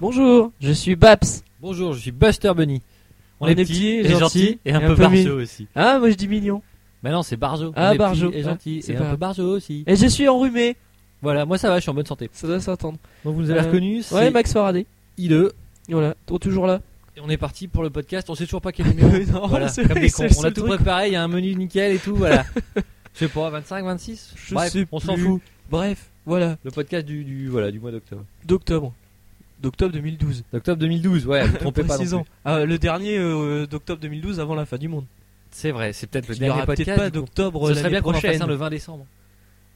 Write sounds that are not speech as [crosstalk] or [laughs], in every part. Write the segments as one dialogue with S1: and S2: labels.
S1: Bonjour, je suis Baps.
S2: Bonjour, je suis Buster Bunny. On,
S1: On
S2: est,
S1: est
S2: petits,
S1: petits,
S2: et gentils, et un peu
S1: mi-
S2: barjo aussi.
S1: Ah, moi je dis mignon.
S2: Mais non, c'est barjo.
S1: Ah,
S2: On est
S1: barjo.
S2: petits Et
S1: Ah,
S2: gentil,
S1: c'est
S2: et
S1: pas
S2: un peu
S1: grave.
S2: barjo aussi.
S1: Et je suis enrhumé.
S2: Voilà, moi ça va, je suis en bonne santé.
S1: Ça doit s'entendre.
S2: Donc vous nous avez
S1: Euh,
S2: reconnu, c'est
S1: Ouais, Max Faraday.
S2: Ile.
S1: Voilà, t'es toujours là.
S2: Et on est parti pour le podcast, on sait toujours pas quel
S1: [laughs]
S2: numéro.
S1: Non,
S2: Voilà,
S1: Oh, c'est
S2: comme
S1: vrai
S2: des
S1: que c'est
S2: cons.
S1: le
S2: On a
S1: seul
S2: tout
S1: truc.
S2: préparé, il y a un menu nickel et tout,
S1: [laughs]
S2: voilà. Je sais pas, 25, 26
S1: Je
S2: Bref,
S1: sais
S2: on s'en
S1: plus.
S2: fout.
S1: Bref, voilà,
S2: Le podcast du, du, voilà, du mois d'octobre.
S1: d'octobre. D'octobre 2012.
S2: D'octobre 2012,
S1: [laughs]
S2: ouais, vous trompez pas. non
S1: Précisons.
S2: plus.
S1: Ah, le dernier euh, d'octobre 2012 avant la fin du monde.
S2: C'est vrai, c'est peut-être le
S1: Il y aura
S2: dernier
S1: peut-être
S2: podcast.
S1: pas
S2: du coup.
S1: d'octobre
S2: Ce serait
S1: l'année
S2: bien qu'on en fasse
S1: prochaine.
S2: un le 20 décembre.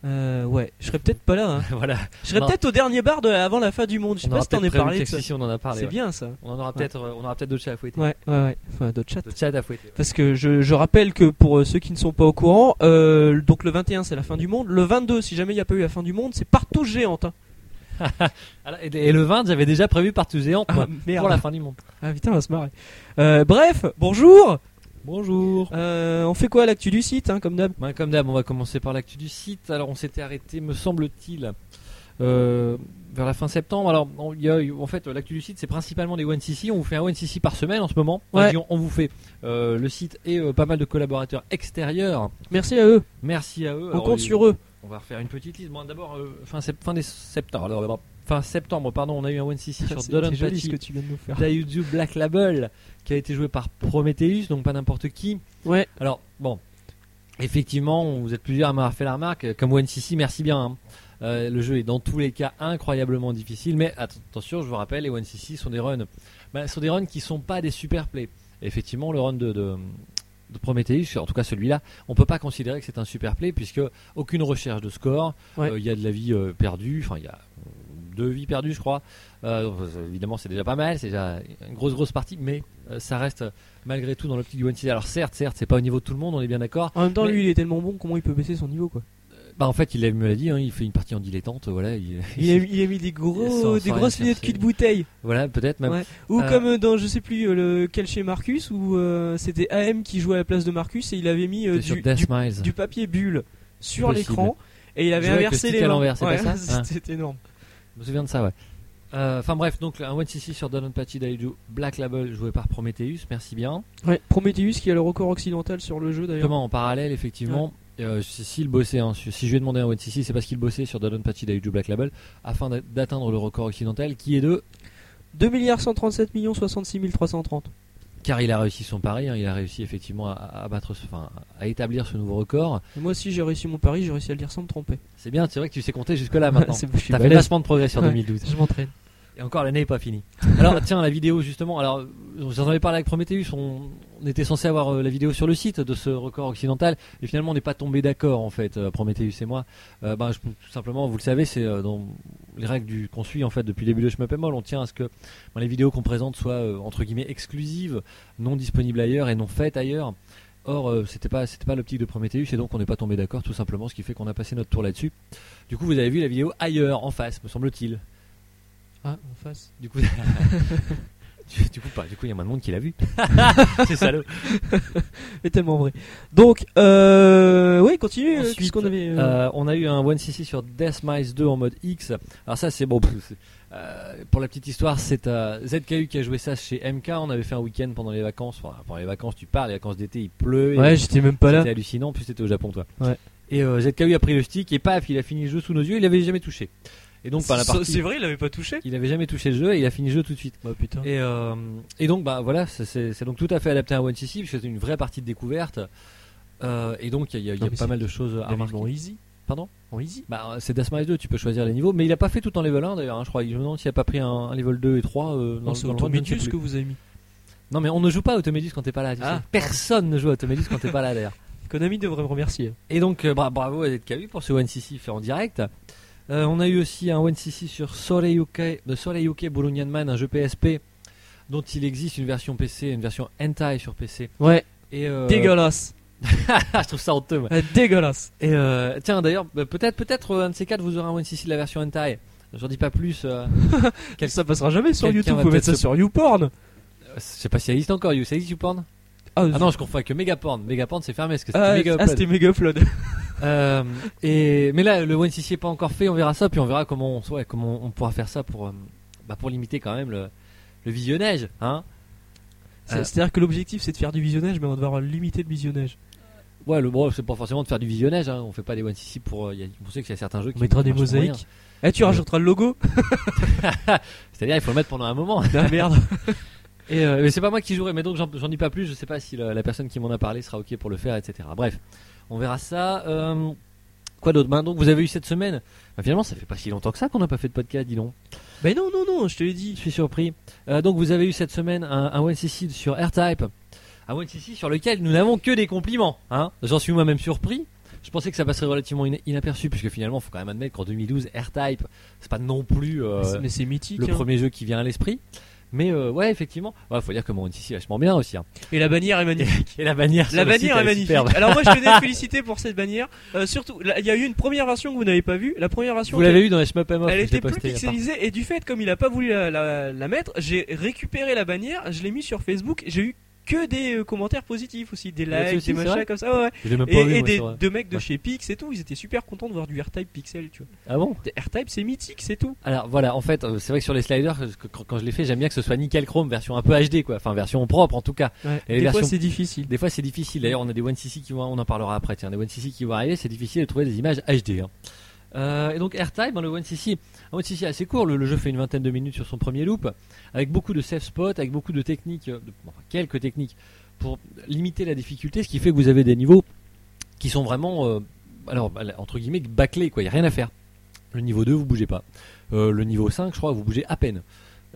S1: Euh, ouais, je serais peut-être pas là. hein.
S2: Voilà.
S1: Je serais
S2: Non.
S1: peut-être au dernier bar de avant la fin du monde. Je sais
S2: On
S1: pas
S2: aura
S1: si t'en
S2: peut-être
S1: as
S2: prévu
S1: parlé. de
S2: Texas,
S1: ça.
S2: si on en a parlé.
S1: C'est
S2: ouais.
S1: bien ça.
S2: On en aura peut-être, euh, on aura peut-être d'autres chats à fouetter.
S1: Ouais, ouais, ouais. Enfin, d'autres chats.
S2: D'autres chats à fouetter.
S1: Parce que je, je rappelle que pour euh, ceux qui ne sont pas au courant, euh, donc le 21 c'est la fin du monde, le 22 si jamais il n'y a pas eu la fin du monde, c'est partout géante. hein.
S2: Ah là, Et et le 20, j'avais déjà prévu partout géant
S1: Ah,
S2: moi,
S1: merde.
S2: pour la fin du monde.
S1: Ah putain, on va se marrer. Euh, bref, bonjour.
S2: Bonjour.
S1: Euh, on fait quoi à l'actu du site, hein, comme d'hab
S2: Ben, comme d'hab, on va commencer par l'actu du site. Alors, on s'était arrêté, me semble-t-il, euh, vers la fin septembre. Alors, on- il y a eu- en fait, l'actu du site, c'est principalement des 1cc. On vous fait un 1cc par semaine en ce moment. On
S1: Ouais.
S2: dit, On, on vous fait euh, le site et euh, pas mal de collaborateurs extérieurs.
S1: Merci à eux.
S2: Merci à eux.
S1: On
S2: Alors,
S1: compte
S2: ils-
S1: sur eux.
S2: On va refaire une petite liste. Bon, d'abord, euh, fin, sep- fin des septembre. Alors, d'abord, fin septembre, pardon, on a eu un 1cc sur
S1: C'est-
S2: Dolan
S1: c'est joli
S2: Paty.
S1: ce que tu viens de nous faire.
S2: Daihatsu Black Label qui a été joué par Prometheus, donc pas n'importe qui.
S1: Ouais.
S2: Alors, bon, effectivement, on- vous êtes plusieurs à m'avoir fait la remarque. Comme OneCC, merci bien. hein. Euh, le jeu est dans tous les cas incroyablement difficile, mais att- attention, je vous rappelle, les OneCC sont des runs, bah, sont des runs qui sont pas des super plays. Effectivement, le run de, de, de Prometheus, en tout cas celui-là, on peut pas considérer que c'est un super play puisque aucune recherche de score, euh, il
S1: Ouais.
S2: y a de la vie euh, perdue, enfin il y a euh, deux vies perdues, je crois. Euh, évidemment, c'est déjà pas mal, c'est déjà une grosse grosse partie, mais euh, ça reste euh, malgré tout dans l'optique du One City. Alors certes, certes, c'est pas au niveau de tout le monde, on est bien d'accord.
S1: En même temps,
S2: Mais-
S1: lui il est tellement bon, comment il peut baisser son niveau quoi
S2: Bah en fait, il l'a- me l'a dit, hein, il fait une partie en dilettante, voilà, il-
S1: Il a, il a mis des gros,
S2: Sans-
S1: des
S2: sans
S1: grosses
S2: rien
S1: lunettes cul de
S2: chercher.
S1: bouteille.
S2: [laughs] voilà, peut-être même.
S1: Ouais. Ou
S2: Euh,
S1: comme euh, dans je sais plus euh, le quel chez Marcus où euh, c'était AM qui jouait à la place de Marcus et il avait mis euh,
S2: C'était sur
S1: du,
S2: Death
S1: du-
S2: Miles.
S1: du papier bulle sur
S2: Possible.
S1: l'écran et il avait
S2: Jouer avec
S1: inversé
S2: le
S1: les
S2: stick à
S1: mains.
S2: l'envers, c'est
S1: Ouais,
S2: pas
S1: [laughs]
S2: ça Ah.
S1: C'était énorme.
S2: Je me souviens de ça, ouais. Euh, Enfin bref, donc un One City sur Don Pachi Daiju Black Label joué par Prometheus, merci bien.
S1: Ouais, Prometheus qui a le record occidental sur le jeu d'ailleurs.
S2: Comment en parallèle, effectivement, euh, si- s'il bossait, hein, si si je lui ai demandé un One City, c'est parce qu'il bossait sur Don Pachi Daiju Black Label afin d'a- d'atteindre le record occidental qui est de
S1: 2 milliards 137 millions 66 330.
S2: Car il a réussi son pari, hein, il a réussi effectivement à, à battre, ce- enfin, à établir ce nouveau record.
S1: Et moi aussi j'ai réussi mon pari, j'ai réussi à le dire sans me tromper.
S2: C'est bien, c'est vrai que tu sais
S1: [laughs]
S2: compter jusque-là Ah, maintenant.
S1: C'est- je suis
S2: T'as fait
S1: balèze.
S2: vachement de progrès sur
S1: Ouais.
S2: 2012.
S1: Je m'entraîne.
S2: Et encore, l'année n'est pas finie. Alors, tiens, la vidéo justement. Alors, euh, j'en avais parlé avec Prometheus. On, on était censé avoir euh, la vidéo sur le site de ce record occidental. Et finalement, on n'est pas tombé d'accord en fait, euh, Prometheus et moi. Euh, ben, je- tout simplement, vous le savez, c'est euh, dans les règles du- qu'on suit en fait depuis le début de Shmup Mall. On tient à ce que ben, les vidéos qu'on présente soient euh, entre guillemets exclusives, non disponibles ailleurs et non faites ailleurs. Or, euh, c'était pas, c'était pas l'optique de Prometheus, et donc on n'est pas tombé d'accord, tout simplement, ce qui fait qu'on a passé notre tour là-dessus. Du coup, vous avez vu la vidéo ailleurs, en face, me semble-t-il.
S1: Ah, en face.
S2: Du coup, [laughs] du, du coup pas. Du coup, il y a moins de monde qui
S1: [laughs]
S2: l'a vu. c'est salaud.
S1: Mais tellement vrai. Donc euh ouais, continue euh,
S2: Ensuite,
S1: qu'est-ce qu'on avait euh,
S2: Euh, on a eu un 1cc sur Death Miles 2 en mode X. Alors ça, c'est bon. pff, c'est- euh, pour la petite histoire, c'est euh, ZKU qui a joué ça chez MK. On avait fait un week-end pendant les vacances. Enfin, pendant les vacances, tu pars. Les vacances d'été, il pleut. et-
S1: Ouais, j'étais même pas là.
S2: euh, C'était hallucinant, en plus c'était au Japon toi.
S1: Ouais.
S2: Et euh, ZKU a pris le stick et paf, il a fini le jeu sous nos yeux, il l'avait jamais touché. Et donc par la
S1: C'est
S2: partie,
S1: c'est vrai, il avait pas touché.
S2: il avait jamais touché le jeu et il a fini le jeu tout de suite.
S1: Bah putain.
S2: Et, euh, et donc, bah voilà, c'est- c'est c'est donc tout à fait adapté à One CC puisque c'est une vraie partie de découverte. Euh, et donc, il y a, il y a- il y a
S1: Non, mais
S2: Ah, pas
S1: c'est-
S2: mal de choses à
S1: Il avait mis en
S2: remarquer.
S1: easy.
S2: Pardon
S1: En easy.
S2: Bah, euh, c'est Deathmatch 2, tu peux choisir les niveaux, mais il a pas fait tout en level 1 d'ailleurs, hein, je crois. Je me demande s'il a pas pris un, un level 2 et 3 euh, dans,
S1: Non, c'est
S2: dans le run, je ne sais
S1: Automédius
S2: plus.
S1: que vous avez mis.
S2: Non, mais on ne joue pas à Automedus quand t'es pas là. tu
S1: Ah.
S2: sais. Personne ne joue à Automedus quand t'es pas là d'ailleurs.
S1: Konami devrait me remercier.
S2: Et donc, euh, bra- bravo à ZKU pour ce 1cc fait en direct. Euh, on a eu aussi un 1cc sur Soleiyuke, de Soleiyuke Bolognian Man, un jeu PSP dont il existe une version PC, une version hentai sur PC.
S1: Ouais,
S2: Et euh, [laughs] Ah,
S1: dégueulasse.
S2: je trouve ça honteux. moi.
S1: Ouais, dégueulasse.
S2: Et euh, tiens, d'ailleurs, bah, peut-être, peut-être euh, un de ces quatre, vous aurez un 1cc de la version hentai. J'en dis pas plus. euh, Quel-
S1: Ça passera jamais sur
S2: Quelqu'un
S1: YouTube.
S2: va
S1: Faut mettre ça
S2: peut-être se-
S1: sur YouPorn.
S2: je sais pas si ça existe encore, You, ça existe YouPorn Ah non, je confonds avec Megaporn. Megaporn c'est fermé parce que c'est
S1: Ah,
S2: méga
S1: ah, c'était méga upload.
S2: Euh, et mais là, le One CC est pas encore fait. On verra ça, puis on verra comment on, ouais, comment on pourra faire ça pour euh, bah, pour limiter quand même le, le visionnage, hein. Ah.
S1: C'est- [laughs] C'est-à-dire que l'objectif c'est de faire du visionnage, mais on va devoir limiter le visionnage.
S2: Ouais, le bon, c'est pas forcément de faire du visionnage, hein. on fait pas des one six pour. euh, y a- on sait qu'il y a certains jeux qui.
S1: On mettra des
S2: marchent pour rien.
S1: mosaïques. Eh, tu rajouteras le
S2: [laughs]
S1: logo
S2: C'est-à-dire, il faut le mettre pendant
S1: [laughs]
S2: un moment.
S1: Ah merde
S2: Et euh, mais c'est pas moi qui jouerai, mais donc j'en j'en dis pas plus. Je sais pas si la, la personne qui m'en a parlé sera ok pour le faire, etc. Bref, on verra ça. Euh, quoi d'autre Ben, donc vous avez eu cette semaine. Ben, finalement, ça fait pas si longtemps que ça qu'on n'a pas fait de podcast, dis donc.
S1: Mais Bah non, non, non, je te l'ai dit.
S2: Je suis surpris. Euh, donc vous avez eu cette semaine un, un OneCC sur R-Type, un OneCC sur lequel nous n'avons que des compliments. Hein J'en suis moi-même surpris. Je pensais que ça passerait relativement ina- inaperçu, puisque finalement, faut quand même admettre qu'en 2012, R-Type, c'est pas non plus. euh,
S1: mais c'est mythique.
S2: le
S1: hein.
S2: premier jeu qui vient à l'esprit. Mais euh, ouais, effectivement, il faut dire que mon NCC est vachement bien aussi. hein.
S1: Et la bannière est
S2: [laughs]
S1: magnifique.
S2: Et la bannière,
S1: La
S2: sur le site,
S1: bannière
S2: elle
S1: est magnifique.
S2: superbe.
S1: Alors moi je tenais
S2: [laughs]
S1: à féliciter pour cette bannière. Euh, surtout, là, il y a eu une première version que vous n'avez pas vue. La première version,
S2: Vous
S1: qui-
S2: l'avez eu dans les Shmup Em Off,
S1: elle
S2: je l'ai
S1: était plus
S2: posté il y a pas-
S1: pixelisée et du fait comme il a pas voulu la, la- la mettre, j'ai récupéré la bannière, je l'ai mis sur Facebook, j'ai eu que des euh, commentaires positifs aussi, des
S2: Là-dessus
S1: likes,
S2: aussi,
S1: des
S2: c'est
S1: machins
S2: vrai
S1: comme ça. ouais, ouais.
S2: Je l'ai même
S1: Et,
S2: pas vu,
S1: et
S2: moi,
S1: des
S2: sur- euh,
S1: deux mecs de
S2: Ouais.
S1: chez Pix et tout, ils étaient super contents de voir du R-Type pixel, tu vois.
S2: Ah bon
S1: R-Type c'est mythique, c'est tout.
S2: Alors voilà, en fait, euh, c'est vrai que sur les sliders, euh, quand, quand je les fais, j'aime bien que ce soit nickel chrome, version un peu HD, quoi. Enfin, version propre en tout cas. Et les
S1: Des fois
S2: versions-
S1: c'est difficile.
S2: Des fois, c'est difficile. D'ailleurs, on a des 1cc qui vont, on en parlera après. Tiens, des 1cc qui vont arriver, c'est difficile de trouver des images HD. hein. Euh, et donc AirType, hein, le 1cc, un 1cc assez court, le, le jeu fait une vingtaine de minutes sur son premier loop, avec beaucoup de safe spots, avec beaucoup de techniques, euh, de- enfin quelques techniques, pour limiter la difficulté, ce qui fait que vous avez des niveaux qui sont vraiment, euh, alors entre guillemets, bâclés, quoi, il n'y a rien à faire. Le niveau 2, vous bougez pas. Euh, le niveau 5, je crois, vous bougez à peine.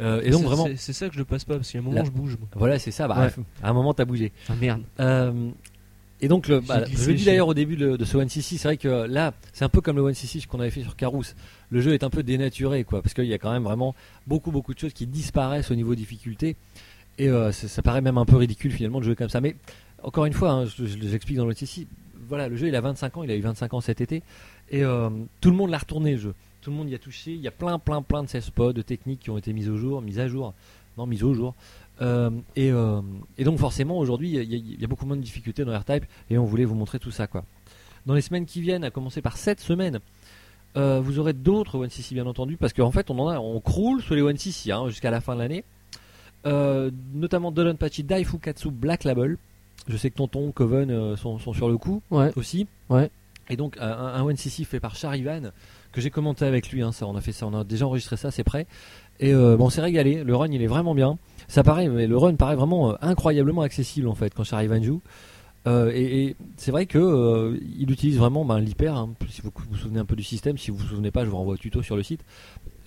S2: Euh, et donc
S1: C'est-
S2: vraiment,
S1: c'est- C'est ça que je le passe pas parce qu'à un
S2: Là.
S1: moment je bouge. moi.
S2: voilà, c'est ça, bah,
S1: Ouais.
S2: à un moment, t'as bougé.
S1: Ah merde.
S2: Euh, et donc, le, bah,
S1: J'ai glissé,
S2: je le dis
S1: j'ai-
S2: d'ailleurs au début de, de ce 1cc, c'est vrai que euh, là, c'est un peu comme le 1cc qu'on avait fait sur Carousse. Le jeu est un peu dénaturé, quoi, parce qu'il y a quand même vraiment beaucoup, beaucoup de choses qui disparaissent au niveau difficulté. Et euh, ça, ça paraît même un peu ridicule finalement de jouer comme ça. Mais encore une fois, hein, je, je les explique dans le 1cc, voilà, le jeu il a 25 ans, il a eu 25 ans cet été. Et euh, tout le monde l'a retourné le jeu. Tout le monde y a touché. Il y a plein, plein, plein de ces spots, de techniques qui ont été mises au jour, mises à jour. Non, mises au jour. Euh, et, euh, et donc forcément aujourd'hui il y a- il y, a- il y a beaucoup moins de difficultés dans R-Type et on voulait vous montrer tout ça quoi. Dans les semaines qui viennent, à commencer par cette semaine, euh, vous aurez d'autres 1cc bien entendu parce qu'en fait on en a, on croule sur les 1cc hein, jusqu'à la fin de l'année. Euh, notamment Dolonpachi Daifukatsu Black Label. Je sais que Tonton, Coven euh, sont, sont sur le coup
S3: Ouais.
S2: aussi.
S3: Ouais.
S2: Et donc un, un 1cc fait par Charivan que j'ai commenté avec lui. hein, ça, on a fait ça, on a déjà enregistré ça, c'est prêt. Et euh, bon, c'est régalé. Le run, il est vraiment bien. Ça paraît, mais le run paraît vraiment euh, incroyablement accessible en fait quand Charivan joue. Euh, et et c'est vrai que euh, il utilise vraiment ben, l'hyper. hein, si vous vous souvenez un peu du système, si vous vous souvenez pas, je vous renvoie au tuto sur le site.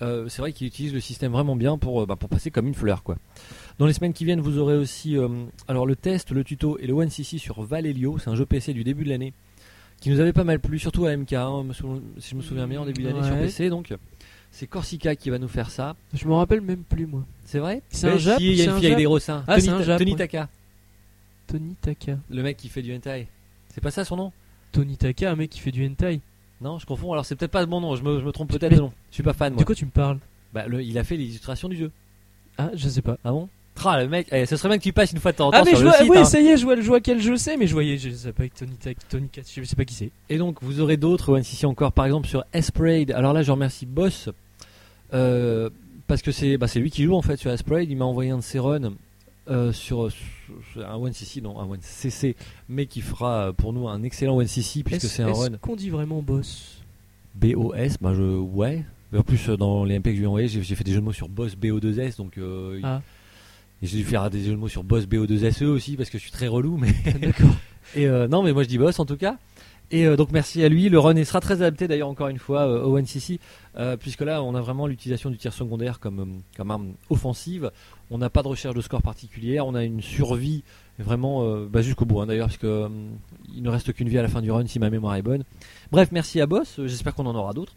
S2: Euh, c'est vrai qu'il utilise le système vraiment bien pour, euh, bah, pour passer comme une fleur quoi. Dans les semaines qui viennent, vous aurez aussi euh, alors le test, le tuto et le 1cc sur Valelio. C'est un jeu PC du début de l'année qui nous avait pas mal plu, surtout à MK, hein, me sou- si je me souviens bien, en début d'année sur
S3: Ouais.
S2: PC. Donc c'est Corsica qui va nous faire ça.
S3: Je me rappelle même plus, moi.
S2: C'est vrai
S1: Bah,
S3: C'est un
S2: Ouais,
S3: Jap,
S2: si, Il y a
S3: c'est
S2: une
S3: un
S2: fille avec
S3: Jap.
S2: des gros seins.
S3: Ah,
S2: Tony,
S3: c'est un
S2: Ta-
S3: Jap,
S2: Tony
S3: ouais.
S2: Taka,
S3: Tony Taka.
S2: le mec qui fait du hentai. C'est pas ça son nom
S1: Tony Taka, un mec qui fait du hentai.
S2: Non, je confonds. Alors c'est peut-être pas le bon nom, je me, je me trompe peut-être
S1: Mais-
S2: de nom. Je suis pas fan moi.
S1: De quoi tu me parles
S2: Bah, le- il a fait l'illustration du jeu.
S1: Ah, je sais pas.
S2: Ah bon Tra, le mec, eh, ce serait bien que tu passes une fois de temps en temps
S1: Ah mais
S2: sur
S1: je
S2: le
S1: vois,
S2: site.
S1: oui
S2: hein.
S1: ça y est, je vois, je vois quel jeu c'est, mais je voyais, je sais pas Tony Tech, Tony Cat, je sais pas qui c'est.
S2: Et donc vous aurez d'autres NCC encore, par exemple sur Esprade. Alors là je remercie Boss euh, parce que c'est bah, c'est lui qui joue en fait sur Esprade. Il m'a envoyé un de ses runs euh, sur, sur un 1cc, non un 1cc, mais qui fera euh, pour nous un excellent 1cc puisque
S1: Est-ce-
S2: c'est un
S1: est-ce
S2: run
S1: qu'on dit vraiment boss
S2: BOS. Bah je ouais. Mais En plus euh, dans les MP que je lui ai envoyé, j'ai j'ai fait des jeux de mots sur Boss BO2S donc euh,
S1: Ah.
S2: et j'ai dû faire des jeux de mots sur Boss BO2SE E aussi parce que je suis très relou mais
S1: [laughs] D'accord.
S2: [laughs] et euh, non, mais moi je dis boss en tout cas. Et euh, donc merci à lui. Le run il sera très adapté d'ailleurs encore une fois euh, au NCC, euh, puisque là on a vraiment l'utilisation du tir secondaire comme, euh, comme arme offensive. On n'a pas de recherche de score particulière, on a une survie vraiment euh, bah, jusqu'au bout hein, d'ailleurs, puisque euh, il ne reste qu'une vie à la fin du run si ma mémoire est bonne. Bref, merci à Boss, euh, j'espère qu'on en aura d'autres.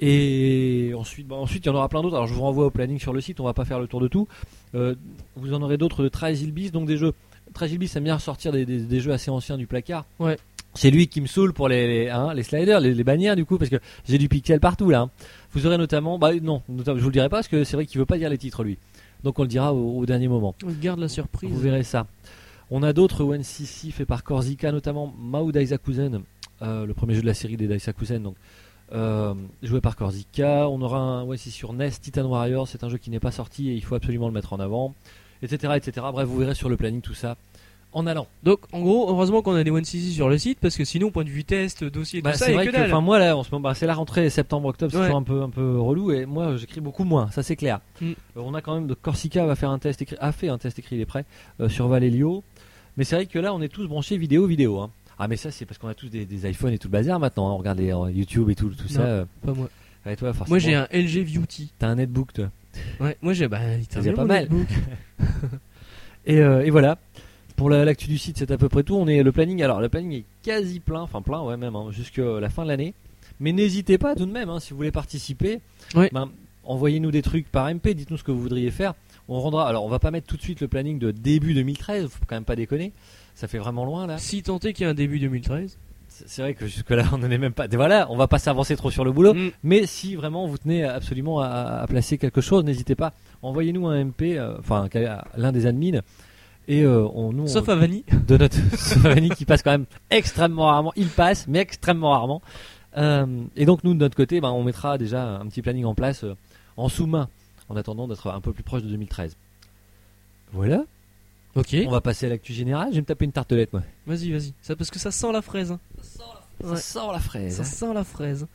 S2: Et ensuite, bah, ensuite il y en aura plein d'autres. Alors je vous renvoie au planning sur le site, on va pas faire le tour de tout. Euh, vous en aurez d'autres de Trials Beast, donc des jeux Tragic Beast aime bien ressortir des, des- des jeux assez anciens du placard.
S3: Ouais.
S2: C'est lui qui me saoule pour les, les, hein, les sliders, les, les bannières du coup, parce que j'ai du pixel partout là. hein. Vous aurez notamment, bah non, notamment, je vous le dirai pas parce que c'est vrai qu'il veut pas dire les titres lui. Donc on le dira au, au dernier moment.
S1: On garde la surprise.
S2: Vous verrez ça. On a d'autres OneCC faits par Corsica, notamment Mao Daisakusen, euh, le premier jeu de la série des Daisakusen. Donc euh, joué par Corsica. On aura un ouais, c'est sur NES Titan Warrior, c'est un jeu qui n'est pas sorti et il faut absolument le mettre en avant, etc. etc. Bref, vous verrez sur le planning tout ça en allant.
S1: Donc en gros, heureusement qu'on a des OneCC sur le site parce que sinon, point de vue test, dossier,
S2: Bah,
S1: tout ça,
S2: c'est
S1: il y a
S2: vrai
S1: que
S2: que,
S1: dalle.
S2: enfin moi là, en ce moment, bah, c'est la rentrée septembre-octobre, c'est
S1: Ouais.
S2: toujours un peu un peu relou et moi j'écris beaucoup moins, ça c'est clair.
S1: Mm.
S2: Euh, on a quand même de Corsica va faire un test écrit, a fait un test écrit, il est prêt euh, sur Valelio, mais c'est vrai que là on est tous branchés vidéo vidéo. hein. Ah mais ça c'est parce qu'on a tous des, des iPhones et tout le bazar maintenant. hein. On regarde les euh, YouTube et tout tout ça.
S1: Non.
S2: euh.
S1: Pas moi.
S2: Ouais, toi forcément.
S1: Moi j'ai un LG Beauty.
S2: T'as un netbook toi.
S1: Ouais, moi j'ai bah
S2: C'est
S1: littéralement
S2: déjà pas
S1: mon
S2: mal.
S1: netbook.
S2: Et, euh, et voilà. Pour la- l'actu du site, c'est à peu près tout. On est le planning. Alors le planning est quasi plein, enfin plein, ouais même, hein, jusqu'à la fin de l'année. Mais n'hésitez pas tout de même, hein, si vous voulez participer,
S1: Ouais.
S2: ben, envoyez-nous des trucs par MP, dites-nous ce que vous voudriez faire. On rendra. Alors on va pas mettre tout de suite le planning de début 2013, faut quand même pas déconner. Ça fait vraiment loin là.
S1: [laughs] Si tant est qu'il y a un début 2013.
S2: C'est c'est vrai que jusque là [laughs] on n'en est même pas. Et voilà, on va pas s'avancer trop sur le boulot.
S1: Mm.
S2: Mais si vraiment vous tenez absolument à, à placer quelque chose, n'hésitez pas. Envoyez-nous un MP, euh, enfin qu'à- l'un des admins, et euh, on nous
S1: Sauf
S2: on-
S1: à Vanny.
S2: de notre [laughs] Sovani qui passe quand même extrêmement rarement. Il passe, mais extrêmement rarement. Euh, et donc nous de notre côté, ben, on mettra déjà un petit planning en place euh, en sous-main, en attendant d'être un peu plus proche de 2013. Voilà.
S1: Ok.
S2: On va passer à l'actu générale. Je vais me taper une tartelette, moi.
S1: Vas-y, vas-y. Ça parce que ça sent la fraise. hein. Ouais.
S2: Ça sort la fraise. hein.
S1: Ça sent la fraise.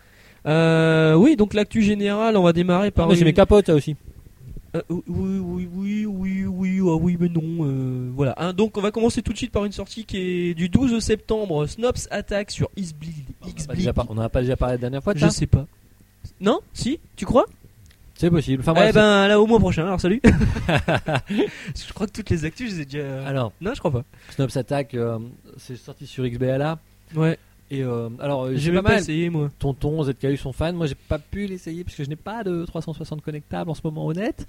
S1: Euh, oui, donc l'actu générale, on va démarrer par.
S2: Ah, mais j'ai
S1: une-
S2: mes capotes là aussi.
S1: Euh, oui, oui, oui, oui, oui, ah oui, mais non. euh, voilà. Hein, donc on va commencer tout de suite par une sortie qui est du 12 septembre. Snobs attaque sur Xbleed.
S2: On a pas Ah, bah, déjà par- On n'en a pas déjà parlé la dernière fois.
S1: Je
S2: ça
S1: sais pas. Non Si Tu crois
S2: C'est possible. Enfin, bref,
S1: Eh ben là au mois prochain. Alors salut. [laughs] je crois que toutes les actus, je les ai
S2: c'est-
S1: déjà. euh,
S2: alors,
S1: Non, je crois pas.
S2: Snobs Attack, euh, c'est sorti sur XBLA.
S1: Ouais.
S2: Et euh, alors, euh,
S1: J'ai
S2: j'ai pas
S1: même pas
S2: mal.
S1: essayé moi.
S2: Tonton, ZKU sont fans. Moi, j'ai pas pu l'essayer parce que je n'ai pas de 360 connectable en ce moment, honnête.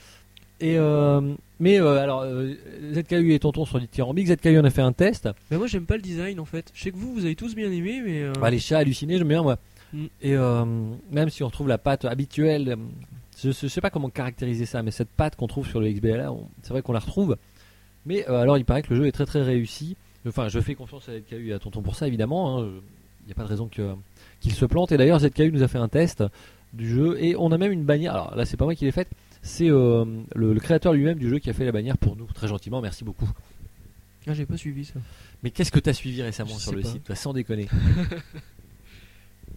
S2: Et euh, mais euh, alors, euh, ZKU et Tonton sont dithyrambiques. ZKU, on a fait un test.
S1: Mais moi j'aime pas le design en fait. Je sais que vous vous avez tous bien aimé mais euh,
S2: Bah, les chats hallucinés, je me bien moi.
S1: Mm.
S2: Et euh, même si on retrouve la pâte habituelle, euh, je, je sais pas comment caractériser ça, mais cette pâte qu'on trouve sur le XBLA, on- c'est vrai qu'on la retrouve. Mais euh, alors, il paraît que le jeu est très très réussi. Enfin, je fais confiance à ZKU et à Tonton pour ça, évidemment. Il n'y a pas de raison que- qu'il se plante. Et d'ailleurs, ZKU nous a fait un test du jeu et on a même une bannière. Alors là, c'est pas moi qui l'ai faite, c'est euh, le, le créateur lui-même du jeu qui a fait la bannière pour nous, très gentiment. Merci beaucoup.
S1: ah, j'ai pas suivi ça.
S2: Mais qu'est-ce que t'as suivi récemment
S1: Je
S2: sur
S1: sais
S2: le
S1: pas.
S2: site, toi,
S1: [laughs]
S2: sans déconner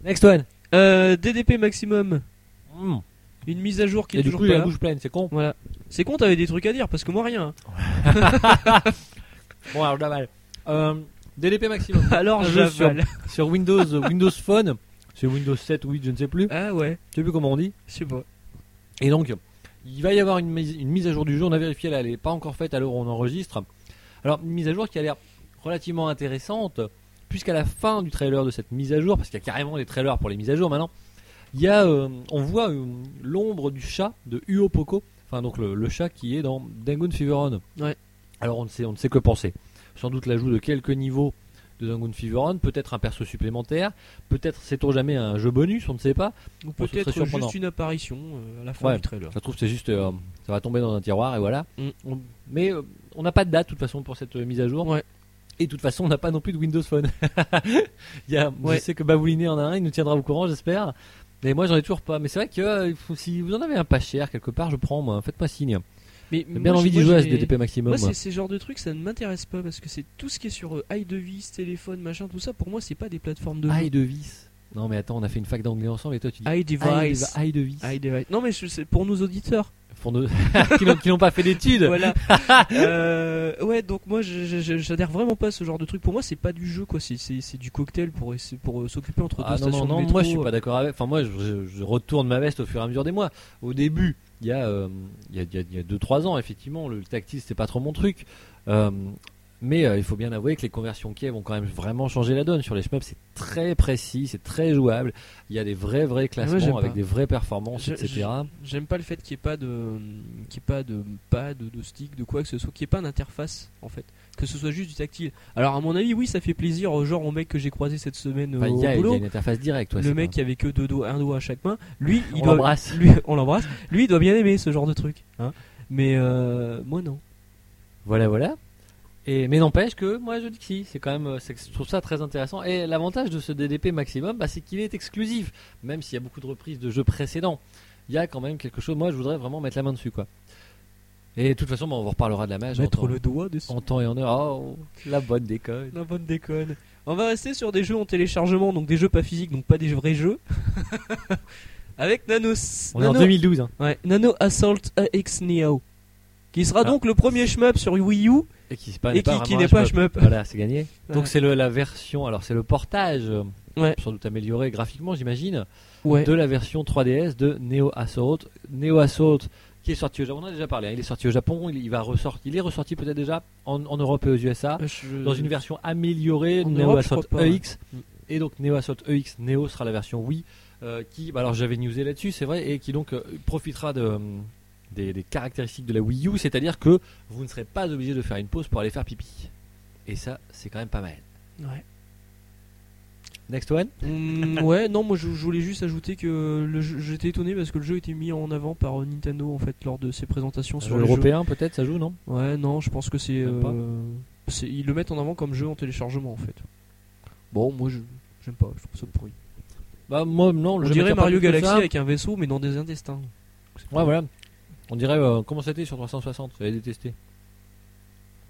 S2: Next one
S1: Euh, DDP maximum,
S2: Mm.
S1: une mise à jour qui
S2: Et
S1: est
S2: du
S1: toujours
S2: coup, il
S1: pas
S2: a
S1: là.
S2: la bouche pleine, c'est con.
S1: Voilà. C'est con, t'avais des trucs à dire parce que moi rien. hein.
S2: Bon, alors, j'avale. Euh, DLP maximum.
S1: [laughs] Alors
S2: Un jeu sur, [laughs]
S1: [laughs]
S2: sur Windows, euh, Windows Phone, c'est Windows 7 ou 8, je ne sais plus.
S1: Ah ouais,
S2: Je sais plus comment on dit.
S1: je sais pas.
S2: Et donc, il va y avoir une mise, une mise à jour du jeu. On a vérifié, là, elle n'est pas encore faite à l'heure où on enregistre. Alors, une mise à jour qui a l'air relativement intéressante, puisqu'à la fin du trailer de cette mise à jour, parce qu'il y a carrément des trailers pour les mises à jour maintenant, il y a, euh, on voit euh, l'ombre du chat de Uo Poco, enfin donc le, le chat qui est dans Dangun Fever Run.
S1: Ouais.
S2: Alors on ne sait, on ne sait que penser. Sans doute l'ajout de quelques niveaux de Dangun Fever Run, peut-être un perso supplémentaire, peut-être sait-on jamais un jeu bonus, on ne sait pas.
S1: Ou
S2: ce serait
S1: peut-être
S2: surprenant.
S1: juste une apparition euh, à la fin
S2: Ouais.
S1: du trailer.
S2: Ça se trouve, c'est juste. euh, ça va tomber dans un tiroir et voilà.
S1: Mm.
S2: On- mais euh, on n'a pas de date, de toute façon, pour cette euh, mise à jour.
S1: Ouais.
S2: Et de toute façon, on n'a pas non plus de Windows Phone. [laughs] Il y a,
S1: Ouais.
S2: Je sais que Babouliné en a un, il nous tiendra au courant, j'espère. Mais moi, j'en ai toujours pas. Mais c'est vrai que euh, il faut- si vous en avez un pas cher quelque part, je prends, moi. Faites-moi signe.
S1: Mais
S2: J'ai
S1: moi,
S2: bien envie
S1: j'ai-
S2: d'y jouer
S1: moi,
S2: à
S1: j'ai-
S2: SDTP Maximum.
S1: Moi,
S2: moi.
S1: c'est ces genres de trucs, ça ne m'intéresse pas parce que c'est tout ce qui est sur euh, high device, téléphone, machin, tout ça. Pour moi, c'est pas des plateformes de. jeu.
S2: Ah, et de vis. Non, mais attends, on a fait une fac d'anglais ensemble et toi, tu dis.
S1: High device.
S2: Aïe de vis.
S1: High device. Non, mais je- c'est pour nos
S2: [laughs]
S1: auditeurs.
S2: Pour nos- qui n'ont- qui n'ont pas fait d'études. [laughs]
S1: voilà. Euh, ouais, donc moi, je- je- je- j'adhère vraiment pas à ce genre de truc. Pour moi, c'est pas du jeu, quoi. C'est- C'est c'est du cocktail pour essayer- pour euh, s'occuper entre deux
S2: Ah non,
S1: stations
S2: non,
S1: de
S2: non,
S1: métro. euh,
S2: moi je suis pas d'accord avec. Enfin, moi je, je- je retourne ma veste au fur et à mesure des mois. Au début, il y a 2-3 il y a, il y a- il y a deux, trois ans, effectivement, le tactile c'était pas trop mon truc. Euh, mais euh, il faut bien avouer que les conversions qui vont quand même vraiment changer la donne. Sur les shmups, c'est très précis, c'est très jouable. Il y a des vrais, vrais classements
S1: Ah j'aime
S2: avec
S1: pas.
S2: des vraies performances,
S1: Je-
S2: etc.
S1: J'aime pas le fait qu'il n'y ait pas de, qu'il y ait pas de pad, de stick, de quoi que ce soit, qu'il n'y ait pas d'interface en fait, que ce soit juste du tactile. Alors à mon avis, oui, ça fait plaisir, euh, genre au mec que j'ai croisé cette semaine euh,
S2: Enfin, il y,
S1: au
S2: a- il y
S1: boulot,
S2: a une interface directe. ouais, c'est
S1: le mec qui avait que deux doigts, un doigt à chaque main, lui,
S2: pas-
S1: il
S2: on
S1: doit,
S2: l'embrasse.
S1: lui, on l'embrasse, lui, il doit bien aimer ce genre de truc, hein. Mais euh, moi non.
S2: Voilà, voilà. Et, mais n'empêche que moi je dis que si, c'est quand même, euh, c'est que je trouve ça très intéressant. Et l'avantage de ce DDP maximum, bah, c'est qu'il est exclusif, même s'il y a beaucoup de reprises de jeux précédents. Il y a quand même quelque chose. Moi, je voudrais vraiment mettre la main dessus, quoi. Et de toute façon, bah, on vous reparlera de la mage en temps,
S1: Mettre le doigt dessus.
S2: en temps et en heure. Oh, la bonne déconne.
S1: La bonne déconne. On va rester sur des jeux en téléchargement, donc des jeux pas physiques, donc pas des vrais jeux. [laughs] Avec Nano,
S2: On est en
S1: Nano,
S2: 2012. hein.
S1: ouais, Nano Assault AX Neo. Qui sera
S2: Ah.
S1: donc le premier shmup sur Wii U.
S2: Et qui, c'est pas-
S1: Et qui-
S2: pas
S1: qui
S2: vraiment
S1: n'est
S2: un
S1: pas un shmup.
S2: Voilà, c'est gagné.
S1: Ouais.
S2: Donc c'est le- la version, alors c'est le portage, euh,
S1: Ouais.
S2: sans doute amélioré graphiquement, j'imagine,
S1: Ouais.
S2: de la version 3DS de Neo Assault. Neo Assault qui est sorti au Japon, on en a déjà parlé, hein, il est sorti au Japon, il, il va ressortir, il est ressorti peut-être déjà en, en Europe et aux USA, dans une version améliorée,
S1: Euh, En
S2: Neo
S1: Europe, je
S2: Assault
S1: crois pas, ouais.
S2: EX. Et donc Neo Assault EX Neo sera la version Wii, euh, qui, bah, alors j'avais newsé là-dessus, c'est vrai, et qui donc euh, profitera de, euh, des, des caractéristiques de la Wii U, c'est-à-dire que vous ne serez pas obligé de faire une pause pour aller faire pipi. Et ça, c'est quand même pas mal.
S1: Ouais.
S2: Next one
S1: Mm, ouais, non, moi je, je voulais juste ajouter que le jeu- j'étais étonné parce que le jeu était mis en avant par euh, Nintendo en fait lors de ses présentations sur
S2: Jeu
S1: les jeux.
S2: Ah, européen peut-être, ça joue, non
S1: Ouais, non, je pense que c'est.
S2: Même pas.
S1: euh, c'est- ils le mettent en avant comme jeu en téléchargement en fait. Bon, moi je j'aime pas, je trouve ça pourri.
S2: Bah moi non, le
S1: On
S2: jeu
S1: dirait
S2: m'attire pas
S1: Mario
S2: plus que
S1: Galaxy
S2: ça.
S1: avec un vaisseau mais dans des intestins.
S2: Ouais voilà. On dirait euh, comment c'était sur 360, j'avais détesté.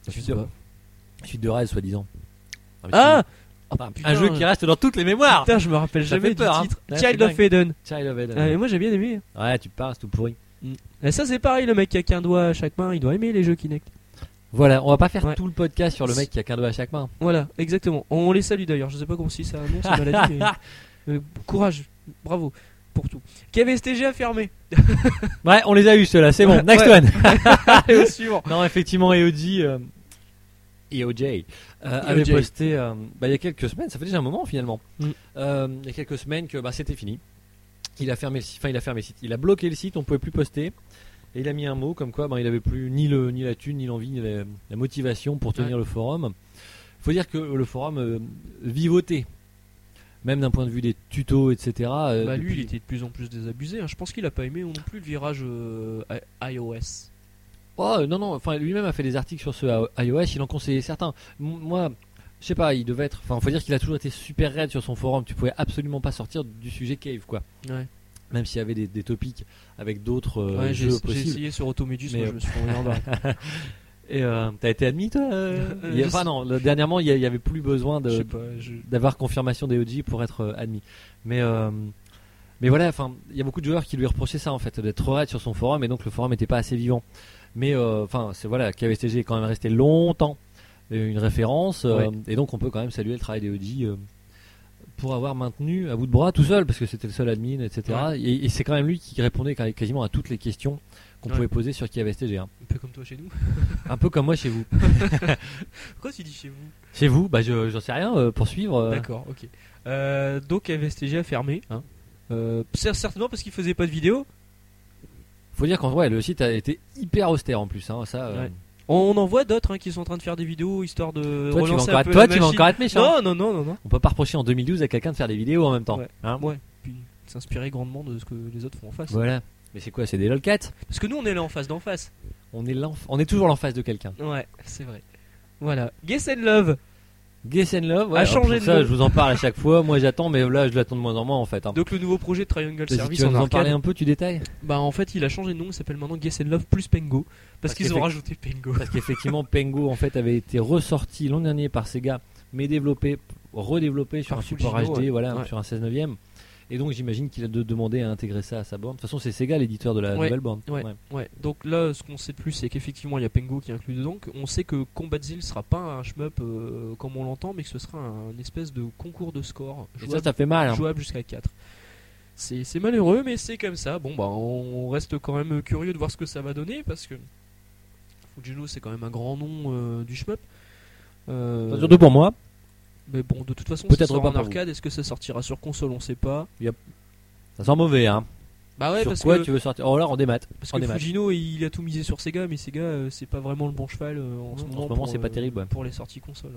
S1: Je
S2: Suite
S1: sais
S2: de,
S1: pas.
S2: suite de rêve soi-disant. mais
S1: Ah
S2: c'est- un
S1: putain.
S2: jeu qui reste dans toutes les mémoires.
S1: Putain, je me rappelle
S2: Ça
S1: jamais
S2: fait
S1: du
S2: peur, hein.
S1: titre.
S2: Ouais,
S1: Child
S2: c'est
S1: of Eden.
S2: Child of Eden.
S1: Ah, mais moi j'ai bien aimé.
S2: Ouais, tu parles, c'est tout pourri.
S1: Et ça c'est pareil, le mec qui a qu'un doigt à chaque main, il doit aimer les jeux Kinect.
S2: Voilà, on va pas faire
S1: Ouais.
S2: tout le podcast sur le mec qui a qu'un doigt à chaque main.
S1: Voilà, exactement. On les salue d'ailleurs, je sais pas comment si ça annonce une maladie. [laughs] mais, euh, courage, bravo pour tout. KVSTG a fermé.
S2: Ouais, on les a eu ceux-là, c'est bon. Next
S1: Ouais.
S2: one.
S1: [laughs] Allez au suivant.
S2: Non, effectivement, EOJ, euh, EOJ, euh, avait posté euh, bah, il y a quelques semaines, ça fait déjà un moment finalement,
S1: Mm.
S2: Euh, il y a quelques semaines que bah, c'était fini. Il a fermé le site, enfin il a fermé le site, il a bloqué le site, on pouvait plus poster. Et il a mis un mot comme quoi bah, il avait plus ni, le, ni la thune, ni l'envie, ni la, la motivation pour tenir le forum. faut dire que le forum euh, vivotait, même d'un point de vue des tutos, etc. euh,
S1: Bah lui, il
S2: depuis-
S1: était de plus en plus désabusé. hein. Je pense qu'il a pas aimé non plus le virage euh, I- iOS.
S2: Oh euh, non non, enfin lui-même a fait des articles sur ce I- iOS, il en conseillait certains. M- moi, je sais pas, il devait être, enfin faut dire qu'il a toujours été super raide sur son forum. Tu pouvais absolument pas sortir du sujet cave quoi.
S1: Ouais.
S2: Même s'il y avait des, des topics avec d'autres euh,
S1: Ouais, j'ai
S2: jeux
S1: j'ai
S2: possibles.
S1: essayé sur Automedus,
S2: Mais,
S1: moi je me suis fait envoyer en [laughs] bas.
S2: Et euh, t'as été admis toi euh,
S1: Euh,
S2: il y a-
S1: je
S2: Enfin
S1: sais-
S2: non, le- dernièrement il y, a- il y avait plus besoin
S1: Je sais
S2: de,
S1: pas, je-
S2: d'avoir confirmation des OG pour être euh, admis. Mais euh, mais voilà, enfin, il y a beaucoup de joueurs qui lui reprochaient ça en fait, d'être trop raide sur son forum et donc le forum n'était pas assez vivant. Mais euh, enfin, c'est voilà, KVSTG est quand même resté longtemps euh, une référence euh, et donc on peut quand même saluer le travail des OG euh, pour avoir maintenu à bout de bras tout seul parce que c'était le seul admin, etc. Et, et c'est quand même lui qui répondait ca- quasiment à toutes les questions qu'on
S1: Ouais.
S2: pouvait poser sur KVSTG. hein.
S1: Un peu comme toi chez [laughs] nous.
S2: Un peu comme moi chez
S1: [laughs]
S2: vous.
S1: Pourquoi tu dis chez vous
S2: Chez vous, bah je- j'en sais rien, euh, poursuivre. euh,
S1: D'accord, ok. Euh, donc VSTG a fermé.
S2: Hein
S1: Euh, cer- certainement parce qu'il faisait pas de vidéo.
S2: Faut dire qu'en ouais, le site a été hyper austère en plus. Hein, ça, euh,
S1: Ouais. On en voit d'autres hein, qui sont en train de faire des vidéos histoire de
S2: toi, tu vas,
S1: relancer
S2: encore
S1: un
S2: être,
S1: peu la
S2: toi, tu vas
S1: machine.
S2: encore être méchant.
S1: Non, non, non, non, non.
S2: On peut pas reprocher en 2012 à quelqu'un de faire des vidéos en même temps.
S1: Ouais.
S2: hein.
S1: Ouais. Puis s'inspirer grandement de ce que les autres font en face.
S2: voilà. Mais c'est quoi C'est des lolcats
S1: Parce que nous, on est là en face d'en face.
S2: on est, l'enf- on est toujours en face de quelqu'un.
S1: Ouais, c'est vrai. Voilà. Guess and Love.
S2: Guess and Love, ouais,
S1: A
S2: alors,
S1: changé
S2: pour
S1: de
S2: ça,
S1: nom.
S2: je vous en parle à chaque fois. Moi, j'attends, mais là, je l'attends de moins en moins en fait. Hein.
S1: Donc le nouveau projet de Triangle
S2: Vas-y,
S1: Service
S2: tu vas
S1: en
S2: nous en parler
S1: arcade.
S2: un peu, tu détailles
S1: Bah en fait, il a changé de nom. Il s'appelle maintenant Guess and Love plus Pengo parce,
S2: Parce
S1: qu'ils ont
S2: qu'effect-
S1: rajouté Pengo.
S2: Parce qu'effectivement, Pengo en fait avait été ressorti l'an dernier par Sega, mais développé, redéveloppé sur
S1: Par
S2: un support
S1: Fujino,
S2: HD,
S1: ouais.
S2: voilà,
S1: Ouais.
S2: sur un 16 9 Et donc, j'imagine qu'il a de demander à intégrer ça à sa borne. De toute façon, c'est Sega l'éditeur de la
S1: Ouais.
S2: nouvelle borne.
S1: Ouais. [laughs] Ouais, donc là, ce qu'on sait de plus, c'est qu'effectivement, il y a Pengo qui est inclus dedans. que- On sait que Combat Zil sera pas un shmup euh, comme on l'entend, mais que ce sera un espèce de concours de score
S2: Et ça,
S1: jouable,
S2: ça fait mal. hein.
S1: jouable jusqu'à 4. C'est c'est malheureux, mais c'est comme ça. Bon, bah, on reste quand même curieux de voir ce que ça va donner parce que Fujino, c'est quand même un grand nom euh, du shmup. Euh,
S2: Enfin, Bah, surtout pour moi.
S1: mais bon, de toute façon, ça
S2: Peut-être
S1: sort
S2: pas
S1: en
S2: pour vous.
S1: arcade. Est-ce que ça sortira sur console On sait pas.
S2: Ça sent mauvais, hein.
S1: Bah ouais,
S2: Sur
S1: parce
S2: quoi
S1: que
S2: tu veux sortir Oh là, on démat.
S1: Parce
S2: En
S1: que
S2: démat.
S1: Fujino, il a tout misé sur Sega, mais Sega, euh, c'est pas vraiment le bon cheval euh, en, ce
S2: en ce
S1: moment.
S2: moment,
S1: pour,
S2: c'est pas terrible, ouais.
S1: Pour les sorties consoles.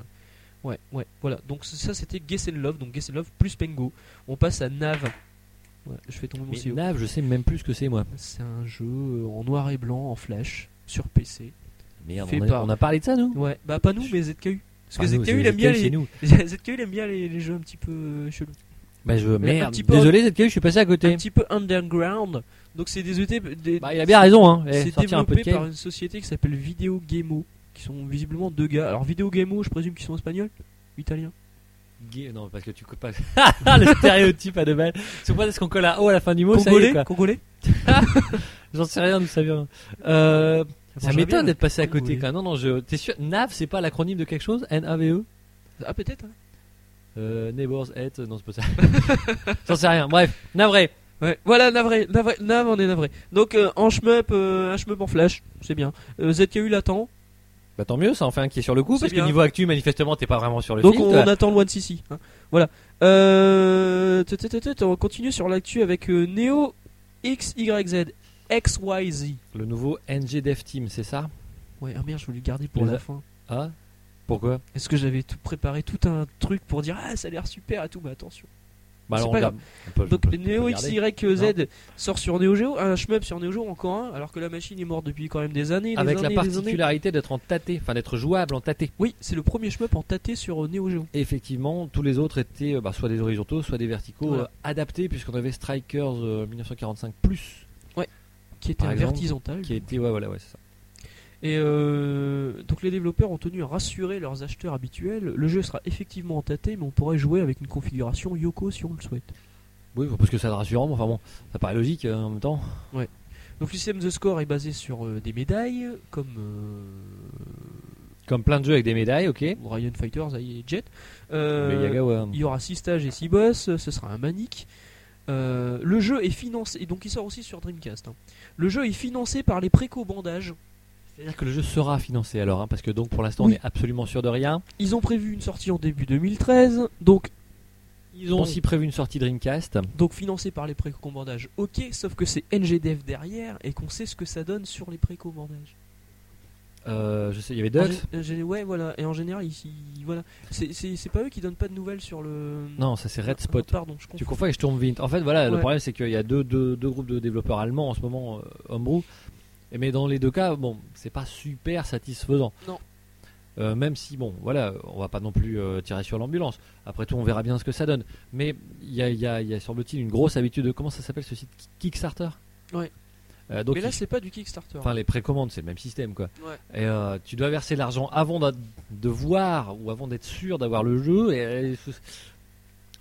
S1: Ouais, ouais, voilà. Donc c- ça, c'était Guess and Love, donc Guess and Love plus Pengo. On passe à Nav. Ouais, je fais tomber mon E
S2: Mais
S1: CEO.
S2: Nav, je sais même plus ce que c'est, moi.
S1: C'est un jeu euh, en noir et blanc, en flash, sur PC.
S2: Merde,
S1: Fait
S2: on a,
S1: par-
S2: on a parlé de ça, nous
S1: Ouais, bah pas nous, mais ZKU. Parce que
S2: Enfin, Ah, nous,
S1: ZKU, il
S2: c'est-
S1: aime bien
S2: c'est
S1: les...
S2: nous.
S1: [laughs] ZKU, il aime bien les, les jeux un petit peu euh, chelous.
S2: Bah, je... Merde,
S1: petit peu-
S2: désolé, ZKU, je suis passé à côté.
S1: Un petit peu underground. Donc c'est des ET. Des...
S2: Bah, il a bien raison, hein. Eh,
S1: C'est
S2: sortir un peu de
S1: développé
S2: cave.
S1: par une société qui s'appelle Video Gameo, qui sont visiblement deux gars. Alors Video Gameo, je présume qu'ils sont espagnols, italiens.
S2: Gay- Non, parce que tu coupes pas. [laughs] Ah, le stéréotype à deux balles. C'est pourquoi est-ce qu'on colle un O à la fin du mot Oh, ça y est,
S1: Congolais,
S2: quoi.
S1: Congolais.
S2: J'en sais rien, nous savions. Euh, ça
S1: J'aimerais bien,
S2: m'étonne d'être passé à côté
S1: Oui.
S2: quand même. Non, non, je. T'es sûr NAV, c'est pas l'acronyme de quelque chose N-A-V-E
S1: mais- Ah peut-être. hein.
S2: E? euh, Neighbors, et. Non, c'est pas ça.
S1: [laughs]
S2: J'en sais rien. Bref, navré.
S1: Ouais. Voilà, navré, navré, nav, on est navré. Donc euh, en shmup, euh, un shmup en flash, c'est bien. Euh, ZKU l'attend,
S2: Bah, tant mieux, ça en fait un qui est sur le coup.
S1: C'est
S2: Parce
S1: bien.
S2: que niveau actu, manifestement, t'es pas vraiment sur le
S1: donc
S2: fil,
S1: on,
S2: toi.
S1: attend le One CC. hein. Voilà. Euh, tut, tut, tut, tut, on continue sur l'actu avec euh, Neo XYZ XYZ.
S2: Le nouveau NG Dev Team, c'est ça
S1: Ouais, ah merde, je voulais le garder pour
S2: Les a-
S1: la fin.
S2: Ah Pourquoi
S1: Est-ce que j'avais tout préparé tout un truc pour dire ah ça a l'air super et tout, mais attention.
S2: Bah,
S1: C'est
S2: alors, on
S1: pas
S2: regarde. On peut- on
S1: Donc
S2: peut- on peut
S1: Neo
S2: regarder.
S1: XYZ sort sur Neo Geo, un shmup sur Neo Geo encore un, alors que la machine est morte depuis quand même des années. des
S2: Avec la
S1: années, des années.
S2: particularité d'être en tâté, enfin d'être jouable en tâté.
S1: Oui, c'est le premier shmup en tâté sur euh, Neo Geo.
S2: Effectivement, tous les autres étaient euh, bah, soit des horizontaux, soit des verticaux
S1: Voilà.
S2: euh, adaptés, puisqu'on avait Strikers euh, 1945 plus,
S1: Qui était
S2: Par
S1: un
S2: exemple,
S1: vertisental.
S2: qui était ouais voilà ouais c'est ça.
S1: Et euh, donc les développeurs ont tenu à rassurer leurs acheteurs habituels. Le jeu sera effectivement en tâté, mais on pourrait jouer avec une configuration Yoko si on le souhaite.
S2: Oui, parce que ça le rassurant, mais enfin bon, ça paraît logique euh, en même temps.
S1: Donc le système de score est basé sur euh, des médailles, comme euh,
S2: Comme plein de jeux avec des médailles, ok.
S1: Ryan Fighters et Jet.
S2: mais
S1: Euh,
S2: Yaga, ouais.
S1: Il y aura 6 stages et 6 boss, ce sera un manique. Euh, le jeu est financé, et donc il sort aussi sur Dreamcast. hein. Le jeu est financé par les préco-bandages.
S2: C'est-à-dire que le jeu sera financé alors, hein, parce que donc pour l'instant on
S1: Oui.
S2: est absolument sûr de rien.
S1: Ils ont prévu une sortie en début 2013, donc,
S2: Ils ont
S1: Bon.
S2: aussi prévu une sortie Dreamcast.
S1: donc financé par les préco-bandages. Ok, sauf que c'est NGDF derrière et qu'on sait ce que ça donne sur les préco-bandages.
S2: Euh, je sais, il y avait
S1: En
S2: Ducks.
S1: gé- en gé- Ouais, voilà, et en général, ils, ils- voilà. C'est- c'est c'est pas eux qui donnent pas de nouvelles sur le.
S2: Non, ça c'est Red Spot.
S1: Ah, Pardon, je
S2: Tu
S1: confonds.
S2: confonds et je tourne vite. En fait, voilà, le
S1: Ouais.
S2: problème c'est qu'il y a deux, deux, deux groupes de développeurs allemands en ce moment, euh, Homebrew. Et Mais dans les deux cas, bon, c'est pas super satisfaisant.
S1: Non.
S2: Euh, même si, bon, voilà, on va pas non plus euh, tirer sur l'ambulance. Après tout, on verra bien ce que ça donne. Mais il y a, il y a- il y a, semble-t-il, une grosse habitude de. Comment ça s'appelle ce site Ki- Kickstarter
S1: Ouais.
S2: Euh, donc,
S1: Mais là,
S2: il-
S1: c'est pas du Kickstarter.
S2: enfin, les précommandes, c'est le même système, quoi.
S1: Ouais.
S2: Et euh, tu dois verser l'argent avant d'a- de voir ou avant d'être sûr d'avoir le jeu. Et, et ce-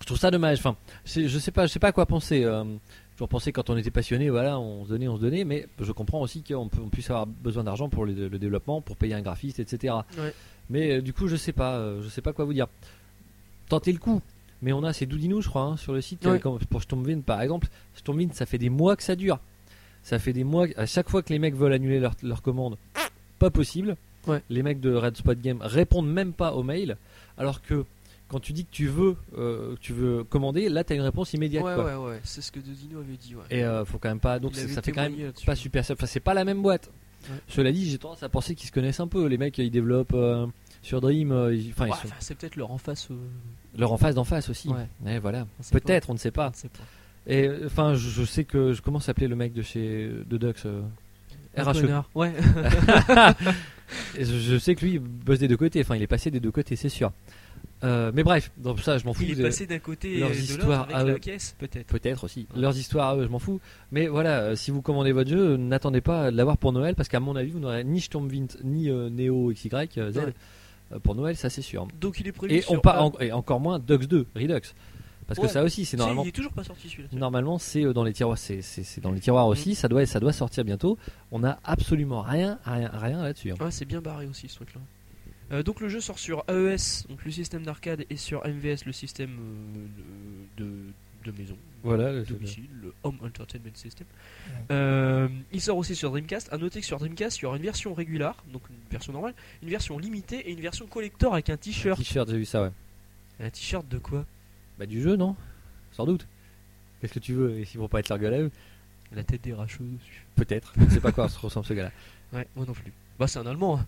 S2: je trouve ça dommage. Enfin, c'est- je sais pas, je sais pas à quoi penser. Euh, toujours pensé quand on était passionné, voilà, on se donnait, on se donnait. Mais je comprends aussi qu'on peut- on puisse avoir besoin d'argent pour le, le développement, pour payer un graphiste, etc.
S1: Ouais.
S2: Mais euh, du coup, je sais pas, euh, je sais pas quoi vous dire. Tentez le coup. Mais on a ces doudinous, je crois, hein, sur le site.
S1: Ouais.
S2: euh, comme pour Stormwind, par exemple, Stormwind, ça fait des mois que ça dure. Ça fait des mois. À chaque fois que les mecs veulent annuler leur, leur commande, pas possible.
S1: Ouais.
S2: Les mecs de Red Spot Game répondent même pas aux mails. Alors que quand tu dis que tu veux, euh, que tu veux commander, là, tu as une réponse immédiate.
S1: ouais,
S2: quoi.
S1: ouais, ouais, c'est ce que Dodino avait dit. Ouais.
S2: Et euh, faut quand même pas. Donc
S1: Il
S2: ça
S1: avait
S2: ça fait quand même
S1: témoigné là-dessus.
S2: pas super. simple. Enfin, c'est pas la même boîte.
S1: Ouais.
S2: Cela dit, j'ai tendance à penser qu'ils se connaissent un peu. Les mecs, ils développent euh, sur Dream. euh, ils- Enfin, ils
S1: Ouais,
S2: sont-
S1: enfin, c'est peut-être leur en face. euh,
S2: leur en face d'en face aussi.
S1: Ouais.
S2: Ouais, voilà.
S1: on sait pas.
S2: Peut-être, on ne sait pas.
S1: On sait pas.
S2: Et euh, enfin, je, je sais que je commence à appeler le mec de chez de Dux. euh, RHE.
S1: Connard. Ouais. [laughs]
S2: Et je, je sais que lui il bosse des deux côtés. Enfin, il est passé des deux côtés, c'est sûr. Euh, mais bref, donc ça, je m'en fous.
S1: Il
S2: de-
S1: est passé d'un côté
S2: leurs
S1: euh, de l'autre
S2: histoires
S1: avec
S2: à
S1: la
S2: eux.
S1: caisse, peut-être.
S2: Peut-être aussi.
S1: Ouais.
S2: Leurs histoires, à eux, je m'en fous. Mais voilà, euh, si vous commandez votre jeu, n'attendez pas de l'avoir pour Noël, parce qu'à mon avis, vous n'aurez ni Stormwind, ni euh, Neo XY, euh, Z
S1: Ouais.
S2: euh, pour Noël, ça c'est sûr.
S1: Donc il est prévu.
S2: Et, on
S1: sur-
S2: part
S1: Ah,
S2: en- et encore moins Dux 2, Redux. Parce
S1: Ouais.
S2: que ça aussi, c'est
S1: si,
S2: normalement
S1: Il est toujours pas sorti celui-là.
S2: Normalement, c'est euh, dans les tiroirs, c'est, c'est- c'est dans les
S1: Mm.
S2: tiroirs aussi. Ça doit, ça doit sortir bientôt. On n'a absolument rien, rien, rien là-dessus. hein.
S1: Ouais, c'est bien barré aussi ce truc-là. Euh, donc le jeu sort sur AES, donc le système d'arcade, et sur MVS, le système euh, de, de maison,
S2: Voilà. le-
S1: domicile, le Home Entertainment System. Euh, il sort aussi sur Dreamcast. À noter que sur Dreamcast, il y aura une version régulière, donc une version normale, une version limitée et une version collector avec un t-shirt.
S2: T-shirt, j'ai vu ça. Ouais.
S1: Un t-shirt de quoi
S2: Bah du jeu, non Sans doute. Qu'est-ce que tu veux Et s'ils vont pas être leur gueule à eux
S1: La tête des racheux dessus.
S2: Peut-être. Je sais pas à quoi se ressemble ce gars-là.
S1: Ouais, moi non plus. Bah c'est un allemand. hein.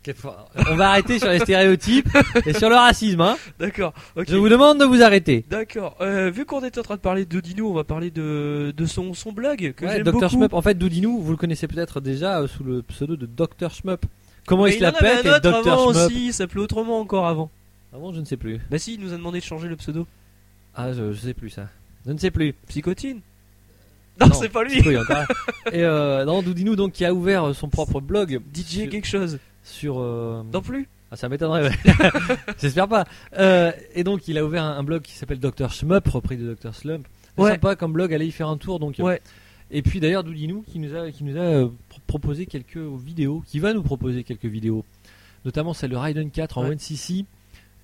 S1: [laughs]
S2: Quelle fois- On va arrêter sur les stéréotypes et sur le racisme. hein.
S1: D'accord. ok.
S2: Je vous demande de vous arrêter.
S1: D'accord. Euh, vu qu'on était en train de parler de Dino, on va parler de, de son, son blog que
S2: Ouais,
S1: j'aime
S2: Dr
S1: beaucoup.
S2: Shmup. En fait, Doudinou, vous le connaissez peut-être déjà euh, sous le pseudo de Dr Shmup. Comment
S1: Mais
S2: il se
S1: il en
S2: la
S1: avait
S2: pète
S1: un
S2: et
S1: autre
S2: Dr.
S1: avant
S2: Shmup.
S1: aussi, il s'appelait autrement encore avant.
S2: Ah bon, je ne sais plus.
S1: Bah si, il nous a demandé de changer le pseudo.
S2: Ah, je, je sais plus ça. Je ne sais plus.
S1: Psychotine Non,
S2: Non,
S1: c'est pas lui
S2: Oui, encore. et euh, non, Doudinou donc qui a ouvert euh, son propre blog
S1: DJ
S2: sur.
S1: quelque chose.
S2: sur, euh,
S1: Non plus
S2: Ah, ça
S1: [laughs]
S2: m'étonnerait. ouais. J'espère pas. Euh, et donc il a ouvert un, un blog qui s'appelle Dr Shmup, repris de Dr Slump. C'est
S1: Ouais.
S2: Sympa comme blog, allez y faire un tour donc.
S1: Ouais.
S2: Et puis d'ailleurs Doudinou qui nous a qui nous a euh, pro- proposé quelques vidéos, qui va nous proposer quelques vidéos, notamment celle de Raiden 4 en
S1: Ouais.
S2: 1cc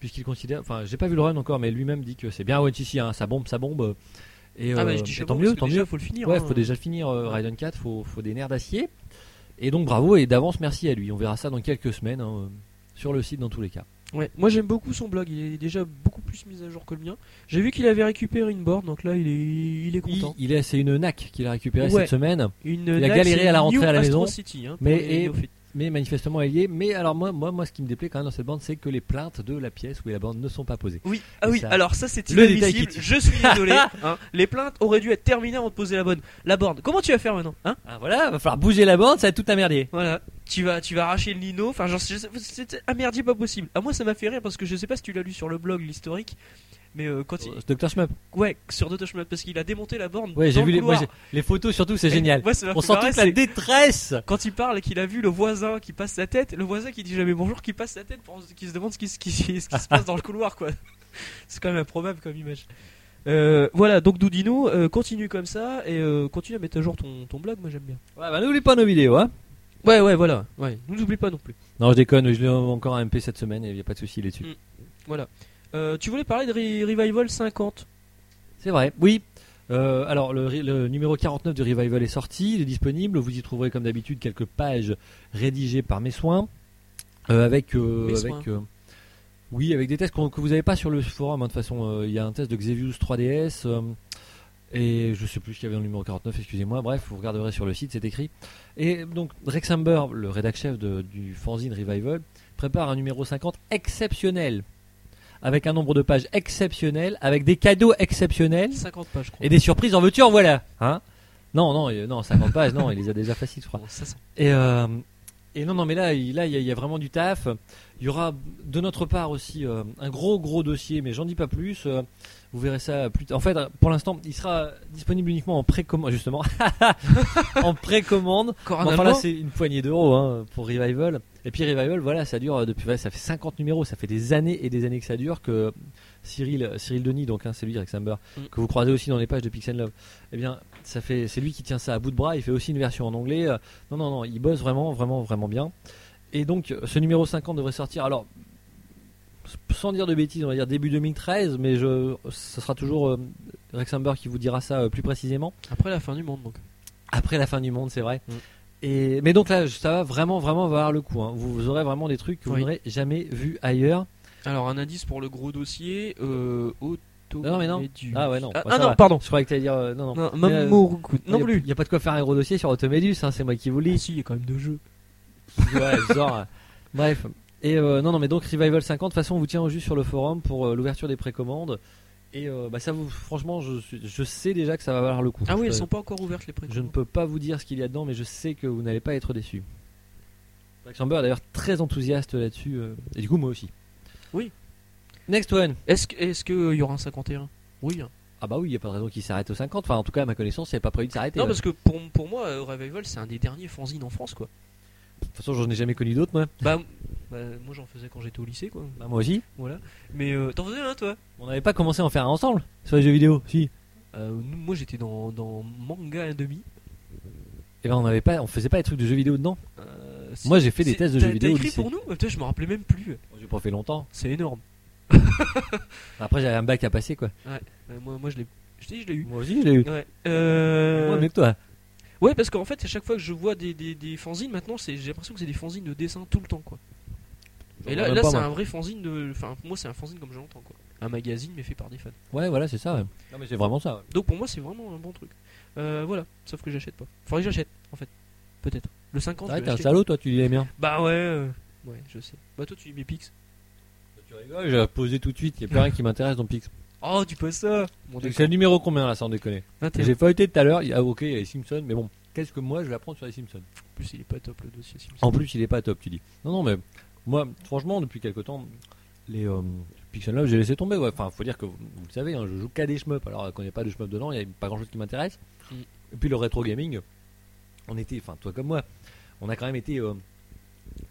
S2: puisqu'il considère, enfin j'ai pas vu le run encore, mais lui-même dit que c'est bien 1cc, hein, ça bombe, ça bombe. Et,
S1: Ah bah
S2: euh,
S1: je dis
S2: et
S1: chapeau,
S2: tant
S1: parce
S2: mieux,
S1: que
S2: tant
S1: déjà,
S2: mieux.
S1: faut le finir.
S2: Ouais,
S1: hein.
S2: faut déjà finir euh, Raiden 4, faut, faut des nerfs d'acier. Et donc bravo et d'avance merci à lui. On verra ça dans quelques semaines hein, euh, sur le site dans tous les cas.
S1: Ouais. Moi j'aime beaucoup son blog, il est déjà beaucoup plus mis à jour que le mien. J'ai vu qu'il avait récupéré une borne, donc là il est, il est
S2: Il,
S1: content.
S2: il est c'est une NAC qu'il a récupérée
S1: Ouais.
S2: cette semaine,
S1: Une
S2: il a
S1: Nax
S2: galéré
S1: et
S2: à la rentrée
S1: New
S2: à la
S1: Astro
S2: maison,
S1: City, hein,
S2: mais-
S1: pour les
S2: et-
S1: néophytes.
S2: mais manifestement elle y est. Mais alors moi, moi, moi, ce qui me déplaît quand même dans cette bande, c'est que les plaintes de la pièce où est la bande ne sont pas posées.
S1: Oui, ah oui,
S2: ça-
S1: alors ça c'est
S2: Le détail
S1: inadmissible,
S2: qui tue.
S1: je [laughs] suis désolé. hein. Les plaintes auraient dû être terminées avant de poser la bonne. La borne, comment tu vas faire maintenant hein
S2: Ah voilà, va falloir bouger la bande, ça va être tout un merdier.
S1: Voilà, tu vas, tu vas arracher le lino. Enfin, genre, je sais- c'était un merdier pas possible. À moi, ça m'a fait rire parce que je sais pas si tu l'as lu sur le blog, l'historique. Mais euh, quand il.
S2: Docteur Schmup.
S1: Ouais, sur Dotoshimat, parce qu'il a démonté la borne.
S2: Ouais,
S1: dans
S2: j'ai
S1: le
S2: vu les, moi,
S1: couloir.
S2: j'ai- les photos surtout, c'est
S1: Et
S2: génial.
S1: moi, ça m'a
S2: On
S1: fait
S2: sent
S1: marrer,
S2: toute la
S1: c'est
S2: détresse.
S1: Quand il parle, qu'il a vu le voisin qui passe sa tête, le voisin qui dit jamais bonjour, qui passe sa tête, pour- qui se demande ce qui, ce qui- ce qui se passe dans le couloir, quoi. [laughs] C'est quand même improbable comme image. Euh, voilà, donc Doudino, euh, continue comme ça et euh, continue à mettre à jour ton, ton blog, moi j'aime bien.
S2: Ouais, bah, n'oublie pas nos vidéos, hein.
S1: Ouais, ouais, voilà, ouais, n'oublie pas non plus.
S2: Non, je déconne, je l'ai encore à MP cette semaine, il n'y a pas de souci, il est dessus.
S1: Euh, tu voulais parler de Re- Revival 50
S2: C'est vrai, oui. Euh, alors, le, ri- le numéro 49 du Revival est sorti, il est disponible. Vous y trouverez, comme d'habitude, quelques pages rédigées par mes soins. euh, avec. euh,
S1: Mes
S2: avec euh, oui, avec des tests qu'on- que vous n'avez pas sur le forum. hein. De toute façon, euh, il y a un test de Xevious 3DS. euh, et je sais plus ce qu'il y avait dans le numéro 49, excusez-moi. Bref, vous regarderez sur le site, c'est écrit. Et donc, Rex Amber, le rédac chef de- du fanzine Revival, prépare un numéro 50 exceptionnel. Avec un nombre de pages exceptionnel, avec des cadeaux exceptionnels.
S1: 50 pages, je crois.
S2: Et des surprises en veux-tu, en voilà. Hein non, non, euh, non, 50 pages, non, il les a déjà faciles, je crois.
S1: Bon, ça sent.
S2: Et, euh, et non, non, mais là, il là, il y, a- il y a vraiment du taf. Il y aura de notre part aussi euh, un gros, gros dossier, mais j'en dis pas plus. Euh, vous verrez ça plus tard. En fait, euh, pour l'instant, il sera disponible uniquement en précommande, justement. [laughs] en précommande.
S1: Encore
S2: Bon, enfin, là, c'est une poignée d'euros hein, pour Revival. Et puis Revival, voilà, ça dure depuis, voilà, ça fait 50 numéros, ça fait des années et des années que ça dure que Cyril, Cyril Denis, donc hein, c'est lui, Rex Amber,
S1: Mm.
S2: que vous croisez aussi dans les pages de Pixel Love. Eh bien, ça fait, c'est lui qui tient ça à bout de bras. Il fait aussi une version en anglais. Euh, Non, non, non, il bosse vraiment, vraiment, vraiment bien. Et donc, ce numéro 50 devrait sortir. Alors, sans dire de bêtises, on va dire début 2013, mais je, ce sera toujours euh, Rex Amber qui vous dira ça euh, plus précisément.
S1: Après la fin du monde, donc.
S2: Après la fin du monde, c'est vrai.
S1: Mm.
S2: Et, mais donc là, ça va vraiment, vraiment valoir le coup. hein. Vous, vous aurez vraiment des trucs que vous
S1: Oui.
S2: n'aurez jamais vus ailleurs.
S1: Alors, un indice pour le gros dossier. Euh, auto.
S2: Non, mais non.
S1: Médus.
S2: Ah ouais, non.
S1: Ah,
S2: Bah,
S1: ah
S2: ça
S1: non,
S2: va.
S1: pardon.
S2: Je croyais que t'allais dire euh, non, non.
S1: Non,
S2: Mais, euh,
S1: Mamoru-kun. non plus.
S2: Il n'y a pas de quoi faire un gros dossier sur Automédus, hein, c'est moi qui vous le
S1: Ah
S2: dis.
S1: si, il y a quand même deux jeux.
S2: Ouais, genre, euh,
S1: [laughs]
S2: Bref. Et euh, non, non, mais donc Revival 50, de toute façon, on vous tient au jus sur le forum pour euh, l'ouverture des précommandes. Et euh, bah, ça, vous, franchement, je, suis- je sais déjà que ça va valoir le coup.
S1: Ah oui,
S2: Je-
S1: elles sont pas encore ouvertes les précommandes.
S2: Je ne peux pas vous dire ce qu'il y a dedans, mais je sais que vous n'allez pas être déçus. Rex Amber est d'ailleurs très enthousiaste là-dessus, euh, et du coup moi aussi.
S1: Oui.
S2: Next one.
S1: Est-ce que- est-ce qu'il y aura un 51 Oui. hein.
S2: Ah bah oui, il n'y a pas de raison qu'il s'arrête au 50. Enfin, en tout cas, à ma connaissance, il n'est pas prévu de s'arrêter.
S1: Non,
S2: ouais.
S1: parce que pour, pour moi, euh, Revival, c'est un des derniers fanzines en France, quoi.
S2: De toute façon, j'en ai jamais connu d'autres, moi.
S1: bah, bah, moi j'en faisais quand j'étais au lycée, quoi.
S2: Bah moi aussi.
S1: Voilà. Mais euh, t'en faisais un, toi
S2: On n'avait pas commencé à en faire un ensemble sur les jeux vidéo, si.
S1: Euh, nous- Moi j'étais dans, dans Manga et demi.
S2: Et ben on n'avait pas, on faisait pas des trucs de jeux vidéo dedans.
S1: Euh, si-
S2: Moi, j'ai fait des
S1: c'est-
S2: tests de
S1: t'as-
S2: jeux vidéo au
S1: T'as écrit
S2: lycée.
S1: pour nous Putain, Je me rappelais même plus.
S2: J'ai pas fait longtemps.
S1: C'est énorme.
S2: Après, j'avais un bac à passer, quoi.
S1: Euh, moi, moi je l'ai. Je dis, je l'ai eu.
S2: Moi aussi, je l'ai eu.
S1: Ouais. Euh,
S2: Moi, mieux que toi.
S1: Ouais, parce qu'en fait, à chaque fois que je vois des, des, des fanzines, maintenant, c'est- j'ai l'impression que c'est des fanzines de dessin tout le temps, quoi. Et
S2: J'en
S1: là,
S2: vois
S1: là
S2: pas,
S1: c'est
S2: moi.
S1: un vrai fanzine de. Enfin, pour moi, c'est un fanzine comme je l'entends, quoi. Un magazine, mais fait par des fans.
S2: Ouais, voilà, c'est ça. ouais. Non, mais c'est vraiment ça. ouais.
S1: Donc, pour moi, c'est vraiment un bon truc. Euh, voilà, sauf que j'achète pas. Faudrait que j'achète, en fait. Peut-être. Le 50, je
S2: Arrête,
S1: vais
S2: t'es un
S1: l'acheter.
S2: salaud, toi, tu l'aimes bien.
S1: Bah ouais, euh, ouais, je sais. Bah, toi, tu dis mes pics.
S2: Tu rigoles, j'ai posé tout de suite, il n'y a plus rien qui m'intéresse dans Pix.
S1: Oh, tu poses ça Mon
S2: C'est le numéro combien là, sans déconner J'ai feuilleté tout à l'heure, il y a- ok, il y a les Simpsons, mais bon, quelques mois, je vais apprendre sur les Simpsons.
S1: En plus, il est pas top le dossier Simpson.
S2: En plus, il est pas top, tu dis. Non, non, mais moi, franchement, depuis quelques temps, les euh, Pixel Love, j'ai laissé tomber. ouais. Enfin, faut dire que vous vous le savez, hein, je joue qu'à des shmups. Alors, euh, quand il n'y a pas de shmup dedans, il n'y a pas grand chose qui m'intéresse.
S1: Mm.
S2: Et puis, le rétro gaming, on était, enfin, toi comme moi, on a quand même été. euh,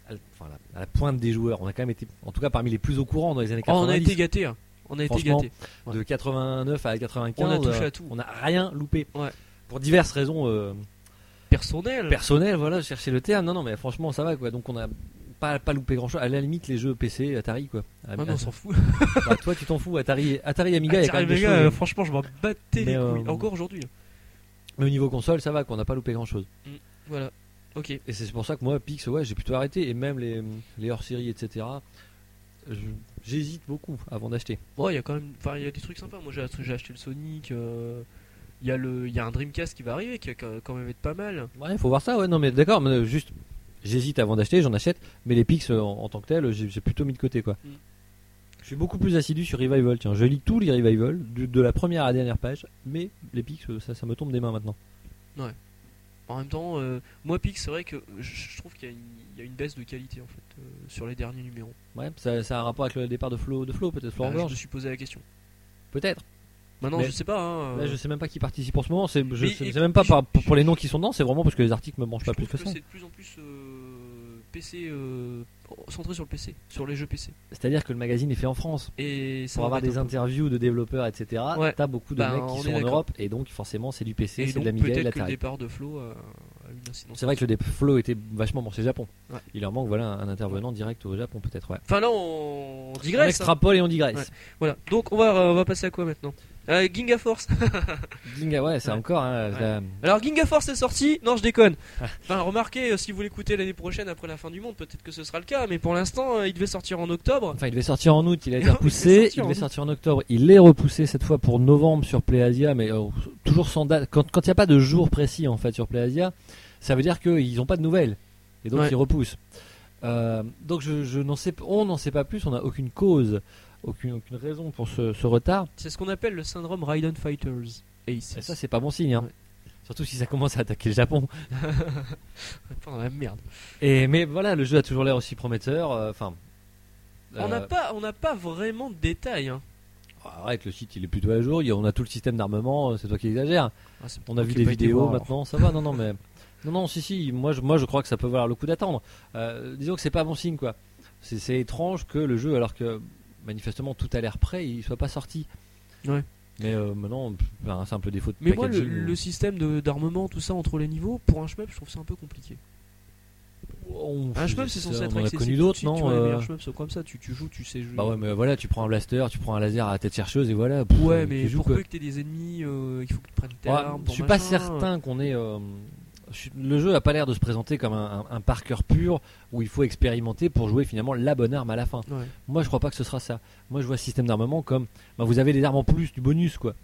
S2: à la- enfin, à la- à la pointe des joueurs, on a quand même été, en tout cas parmi les plus au courant dans les années
S1: Oh,
S2: 90.
S1: on a été gâtés. hein. On a été
S2: Franchement,
S1: gâtés. Ouais.
S2: de 89 à 95.
S1: On a touché
S2: euh,
S1: à tout.
S2: On n'a rien loupé.
S1: Ouais.
S2: Pour diverses raisons euh,
S1: Personnel.
S2: personnelles, voilà, chercher le terme. Non, non, mais franchement, ça va quoi. Donc on n'a pas, pas loupé grand chose. À la limite, les jeux PC, Atari quoi.
S1: Ah non, on s'en fout.
S2: Bah, toi, tu t'en fous. Atari, Atari
S1: [laughs]
S2: et Amiga, il y a quand
S1: Atari
S2: même des
S1: Mega, euh,
S2: choses.
S1: franchement, je m'en battais les
S2: Mais, euh,
S1: couilles. Encore aujourd'hui. hein. euh,
S2: Mais au niveau console, ça va quoi. On n'a pas loupé grand chose.
S1: Voilà. Ok.
S2: Et c'est pour ça que moi, Pix, ouais, j'ai plutôt arrêté. Et même les, les hors-séries, etc. je- J'hésite beaucoup avant d'acheter.
S1: Ouais, il y a quand même. Enfin, il y a des trucs sympas. Moi, j'ai j'ai acheté le Sonic. euh, Il y a le, il y a un Dreamcast qui va arriver, qui va quand même être pas mal.
S2: Ouais, il faut voir ça, ouais, non, mais d'accord, mais euh, juste, j'hésite avant d'acheter, j'en achète, mais les pics euh, en, en tant que tel, j'ai j'ai plutôt mis de côté, quoi.
S1: Mm.
S2: Je suis beaucoup plus assidu sur Revival, tiens, je lis tous les Revival, du- de la première à la dernière page, mais les pics, euh, ça, ça me tombe des mains maintenant.
S1: En même temps, euh, moi, Pix, c'est vrai que je je trouve qu'il y, a une- il y a une baisse de qualité en fait euh, sur les derniers numéros.
S2: Ouais, ça, ça a un rapport avec le départ de Flo, de Flo peut-être, Florent
S1: Bah, je me
S2: Gorge,
S1: suis posé la question.
S2: peut-être.
S1: Maintenant,
S2: Mais-
S1: je sais pas. hein,
S2: Là,
S1: euh,
S2: je sais même pas qui participe en ce moment, c'est- je
S1: Mais-
S2: sais,
S1: et-
S2: sais même pas
S1: je-
S2: par- pour,
S1: je-
S2: pour les noms qui sont dedans, c'est vraiment parce que les articles me branchent
S1: je
S2: pas plus
S1: trouve
S2: que
S1: que
S2: ça.
S1: c'est de plus en plus euh, PC euh, centré sur le PC, sur les jeux PC.
S2: C'est-à-dire que le magazine est fait en France.
S1: Et ça
S2: Pour avoir
S1: m'embête
S2: des
S1: un peu.
S2: interviews de développeurs, etc.,
S1: Ouais.
S2: t'as beaucoup de
S1: Bah,
S2: mecs
S1: on
S2: qui
S1: est
S2: sont en
S1: d'accord.
S2: Europe, et donc forcément c'est du PC,
S1: Et
S2: c'est de
S1: donc,
S2: l'Amiga et de
S1: peut-être que le
S2: l'Atari.
S1: départ de Flo a, a une incidence.
S2: C'est vrai que le flow était vachement bon, c'est Japon.
S1: Ouais.
S2: Il leur manque voilà un intervenant direct au Japon peut-être. Ouais.
S1: Enfin, là, on, on
S2: On
S1: digresse. hein.
S2: extrapole et on digresse.
S1: Voilà, donc on va, euh, on va passer à quoi maintenant euh, Ginga Force.
S2: Ginga, ouais, c'est
S1: Ouais.
S2: encore. hein,
S1: Ouais.
S2: la-
S1: Alors Ginga Force est sorti, non je déconne.
S2: Ah.
S1: Enfin remarquez, euh, si vous l'écoutez l'année prochaine après la fin du monde, peut-être que ce sera le cas, mais pour l'instant euh, il devait sortir en octobre.
S2: Enfin, il devait sortir en août, il
S1: [laughs] Il
S2: a été
S1: devait
S2: repoussé.
S1: sortir
S2: Il
S1: en
S2: devait
S1: août.
S2: sortir en octobre, il est repoussé cette fois pour novembre sur PlayAsia, mais euh, toujours sans date. Quand quand il n'y a pas de jour précis en fait sur PlayAsia, ça veut dire qu'ils n'ont pas de nouvelles et donc
S1: Ouais.
S2: ils repoussent. Euh, donc je, je n'en sais, on n'en sait pas plus, on n'a aucune cause, aucune, aucune raison pour ce- ce retard.
S1: C'est ce qu'on appelle le syndrome Raiden Fighters Ace.
S2: Et ça, c'est pas bon signe. hein.
S1: Ouais.
S2: Surtout si ça commence à attaquer le Japon.
S1: Putain, la merde.
S2: Et mais voilà, le jeu a toujours l'air aussi prometteur. euh, Enfin,
S1: On n'a
S2: euh,
S1: pas, on n'a pas vraiment de détails. hein.
S2: arrête, le site il est plutôt à jour. il y a- on a tout le système d'armement. euh, C'est toi qui exagères.
S1: Ah, c'est-
S2: On a
S1: ok,
S2: vu
S1: bah,
S2: des
S1: il
S2: vidéos
S1: voir, alors.
S2: maintenant. Ça va, non, non, mais non, non, si, si. Moi, je, moi, je crois que ça peut valoir le coup d'attendre. Euh, disons que c'est pas bon signe, quoi. C'est, c'est étrange que le jeu, alors que manifestement tout a l'air prêt, il soit pas sorti.
S1: Ouais.
S2: Mais euh, maintenant, pff, ben, c'est un peu défaut de
S1: Mais moi le,
S2: packaging,
S1: le système de- d'armement, tout ça entre les niveaux, pour un shmup je trouve ça un peu compliqué.
S2: on-
S1: Un shmup c'est censé
S2: on
S1: être
S2: en a
S1: accessible.
S2: connu
S1: tout de
S2: d'autres,
S1: suite, tu
S2: non
S1: vois, les
S2: euh,
S1: meilleurs shmups sont comme ça, tu, tu joues, tu sais jouer.
S2: Bah ouais, mais voilà, tu prends un blaster, tu prends un laser à la tête chercheuse et voilà. pff,
S1: Ouais,
S2: tu
S1: mais
S2: joues,
S1: pour
S2: quoi.
S1: peu que t'aies des ennemis, euh, il faut que tu prennes telle
S2: Ouais,
S1: arme.
S2: Je
S1: pour
S2: suis pas
S1: machin.
S2: certain qu'on ait. euh, je suis- le jeu a pas l'air de se présenter comme un, un, un parkour pur où il faut expérimenter pour jouer finalement la bonne arme à la fin.
S1: euh, Ouais.
S2: Moi, je crois pas que ce sera ça. Moi, je vois ce système d'armement comme bah, vous avez des armes en plus, du bonus quoi.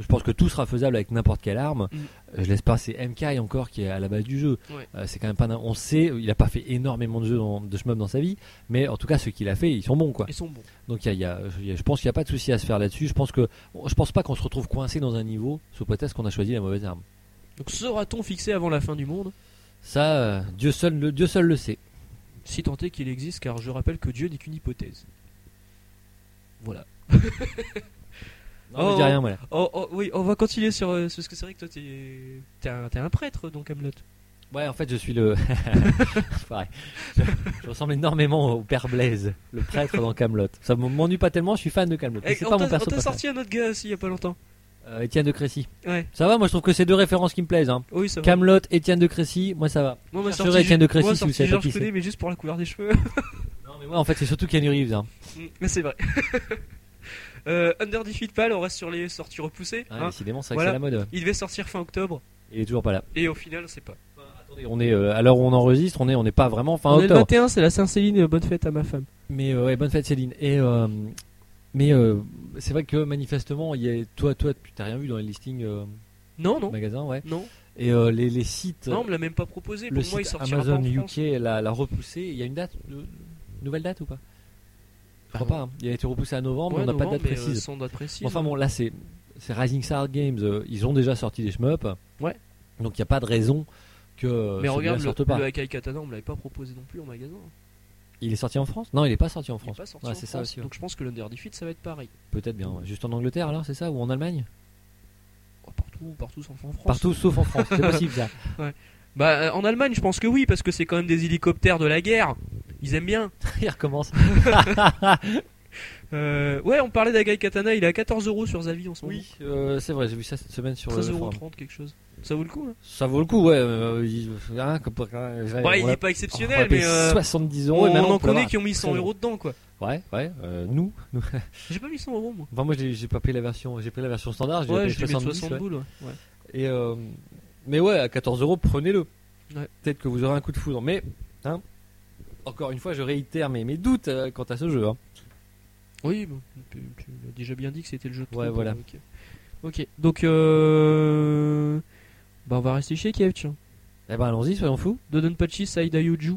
S2: Je pense que tout sera faisable avec n'importe quelle arme.
S1: Mm.
S2: Euh, Je laisse passer MK encore qui est à la base du jeu.
S1: Ouais.
S2: Euh, c'est quand même pas. n'im- On sait, il a pas fait énormément de jeux dans- de shmup dans sa vie, mais en tout cas ceux qu'il a fait, ils sont bons quoi.
S1: Ils sont bons.
S2: Donc il y a- il y a- il y a- je pense qu'il n'y a pas de souci à se faire là-dessus. Je pense que je pense pas qu'on se retrouve coincé dans un niveau sous prétexte qu'on a choisi la mauvaise arme.
S1: Donc sera-t-on fixé avant la fin du monde
S2: Ça, euh, Dieu seul le Dieu seul le sait.
S1: Si tant est qu'il existe, car je rappelle que Dieu n'est qu'une hypothèse. Voilà.
S2: Non, mais je dis rien voilà.
S1: Oh, oh, oui, on va continuer sur. euh, parce que c'est vrai que toi, t'es t'es un, t'es un prêtre donc Camelot.
S2: Ouais, en fait, je suis le. [laughs] Pareil. Je, je ressemble énormément au père Blaise, le prêtre dans Camelot. Ça m- m'ennuie pas tellement. Je suis fan de Camelot. C'est
S1: Eh, on
S2: pas
S1: t'a
S2: mon
S1: on
S2: perso.
S1: t'a
S2: préféré.
S1: sorti un autre gars aussi il y a pas longtemps.
S2: Euh, Étienne de Crécy.
S1: Ouais,
S2: Ça va. Moi, je trouve que c'est deux références qui me plaisent. Hein.
S1: oui, ça va.
S2: Camelot, Étienne de Crécy. Moi, ça va.
S1: Moi, on m'a
S2: chercherai
S1: sorti
S2: Étienne de
S1: Ge-
S2: Crécy
S1: moi,
S2: si vous
S1: sorti
S2: savez pas
S1: Georges
S2: qui c'est.
S1: Clooney, mais juste pour la couleur des cheveux.
S2: Non, mais moi, en fait, c'est surtout Keanu Reeves. Hein.
S1: Mm, mais c'est vrai. [laughs] euh, Under the Feet Pal, on reste sur les sorties repoussées.
S2: Ouais,
S1: hein.
S2: décidément, c'est vrai
S1: Voilà.
S2: que c'est la mode.
S1: Il devait sortir fin octobre
S2: Il est toujours pas là.
S1: et au final, c'est pas.
S2: Attendez, on est euh, à l'heure où on enregistre, on est on n'est pas vraiment fin
S1: On est le
S2: octobre.
S1: 21, c'est la Saint-Céline, euh, bonne fête à ma femme.
S2: Mais euh, ouais, bonne fête Céline. Et euh, mais euh, c'est vrai que manifestement, il y a, toi toi tu t'as rien vu dans les listings euh,
S1: Non, non,
S2: magasins, ouais.
S1: non.
S2: Et euh, les, les sites,
S1: Non, on me l'a même pas proposé.
S2: le
S1: Pour moi, il
S2: site
S1: sortira
S2: Amazon
S1: pas en France.
S2: UK l'a l'a repoussé. Il y a une date, de- nouvelle date ou pas Je crois
S1: Bah,
S2: pas. hein. Il a été repoussé à novembre,
S1: Ouais,
S2: on n'a pas de
S1: novembre,
S2: date
S1: mais, euh,
S2: précise.
S1: sans date précise.
S2: euh, Enfin bon, là c'est c'est Rising Star Games. euh, ils ont déjà sorti des shmups.
S1: Ouais.
S2: Donc il n'y a pas de raison que euh,
S1: Mais
S2: celui-là
S1: regarde, le,
S2: sorte pas.
S1: le Akai Katana, on me l'avait pas proposé non plus en magasin.
S2: Il est sorti en France Non, il n'est pas sorti
S1: Il
S2: en
S1: est
S2: France.
S1: pas sorti
S2: Ouais,
S1: en
S2: c'est ça
S1: France.
S2: aussi, ouais.
S1: Donc je pense que l'Under Defeat, ça va être pareil.
S2: Peut-être bien. ouais. Juste en Angleterre alors, c'est ça Ou en Allemagne
S1: Oh, Partout, partout sauf en France.
S2: Partout sauf en France. C'est
S1: [laughs]
S2: possible ça.
S1: Bah, euh, en Allemagne, je pense que oui, parce que c'est quand même des hélicoptères de la guerre. Ils aiment bien.
S2: il recommence.
S1: Euh, ouais, on parlait d'Agai Katana, il est à 14 euros sur Zavi en ce moment.
S2: Oui, euh, c'est vrai, j'ai vu ça cette semaine sur le
S1: 13 euros
S2: forum.
S1: 30 quelque chose. Ça vaut le coup. hein
S2: Ça vaut le coup, ouais. euh, il- hein, comme- euh, ouais,
S1: ouais,
S2: on
S1: Bah, il
S2: l'a-
S1: est pas
S2: on l'a
S1: exceptionnel,
S2: payé
S1: mais euh,
S2: 70
S1: on,
S2: euros et
S1: on
S2: maintenant
S1: en
S2: peut l'avoir.
S1: connaît qui ont mis 100
S2: Très
S1: euros dedans, quoi.
S2: Ouais, ouais. euh, nous, nous.
S1: J'ai pas mis 100 euros, moi.
S2: Enfin, moi, j'ai j'ai pas pris la version, j'ai pris la version standard. Ah, J'ai
S1: Ouais,
S2: payé
S1: j'ai mis
S2: 70,
S1: 60
S2: ouais.
S1: boules. ouais. Ouais.
S2: Et euh, mais ouais, à 14 euros, prenez-le.
S1: Ouais.
S2: Peut-être que vous aurez un coup de foudre. Mais hein, encore une fois, je réitère mes, mes doutes euh, quant à ce jeu. hein.
S1: Oui, bon, tu, tu l'as déjà bien dit que c'était le jeu de
S2: Ouais,
S1: trop,
S2: voilà.
S1: hein, Ok, Ok, donc euh... bah, on va rester chez Kevch. hein.
S2: Eh ben, allons-y, soyons fous.
S1: Dodonpachi Saida Yuju.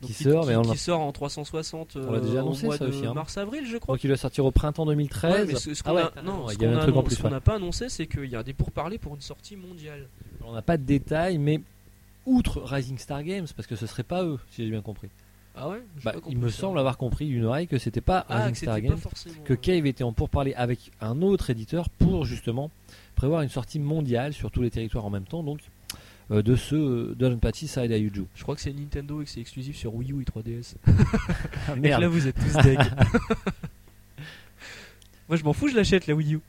S1: Donc,
S2: Qui sort, mais on l'a-
S1: qui sort en 360
S2: On l'a déjà
S1: euh,
S2: annoncé,
S1: au mois
S2: ça
S1: de
S2: aussi, hein.
S1: mars-avril, je
S2: Je
S1: crois.
S2: crois qu'il doit sortir au printemps 2013.
S1: Ouais, mais ce, ce qu'on
S2: Ah ouais,
S1: a-
S2: t'as
S1: non,
S2: raison,
S1: ce
S2: il y avait
S1: qu'on a
S2: un truc en
S1: annon-
S2: plus,
S1: ce qu'on
S2: ouais.
S1: n'a pas annoncé, c'est qu'il y a des pourparlers pour une sortie mondiale.
S2: On n'a pas de détails, mais outre Rising Star Games, parce que ce serait pas eux, si j'ai bien compris.
S1: Ah ouais J'ai
S2: Bah,
S1: pas
S2: il
S1: compris
S2: me
S1: ça.
S2: semble avoir compris d'une oreille que c'était pas
S1: ah,
S2: Rising
S1: que
S2: Star
S1: c'était pas
S2: Games,
S1: forcément.
S2: que Cave était en pourparlers avec un autre éditeur pour justement prévoir une sortie mondiale sur tous les territoires en même temps, donc euh, de ce euh, Patchy Side à Yuju.
S1: Je crois que c'est Nintendo et que c'est exclusif sur Wii U et
S2: [laughs]
S1: 3DS.
S2: Ah,
S1: Et que là,
S2: merde.
S1: vous êtes tous deg.
S2: [laughs]
S1: [laughs] Moi, je m'en fous, je l'achète la Wii U.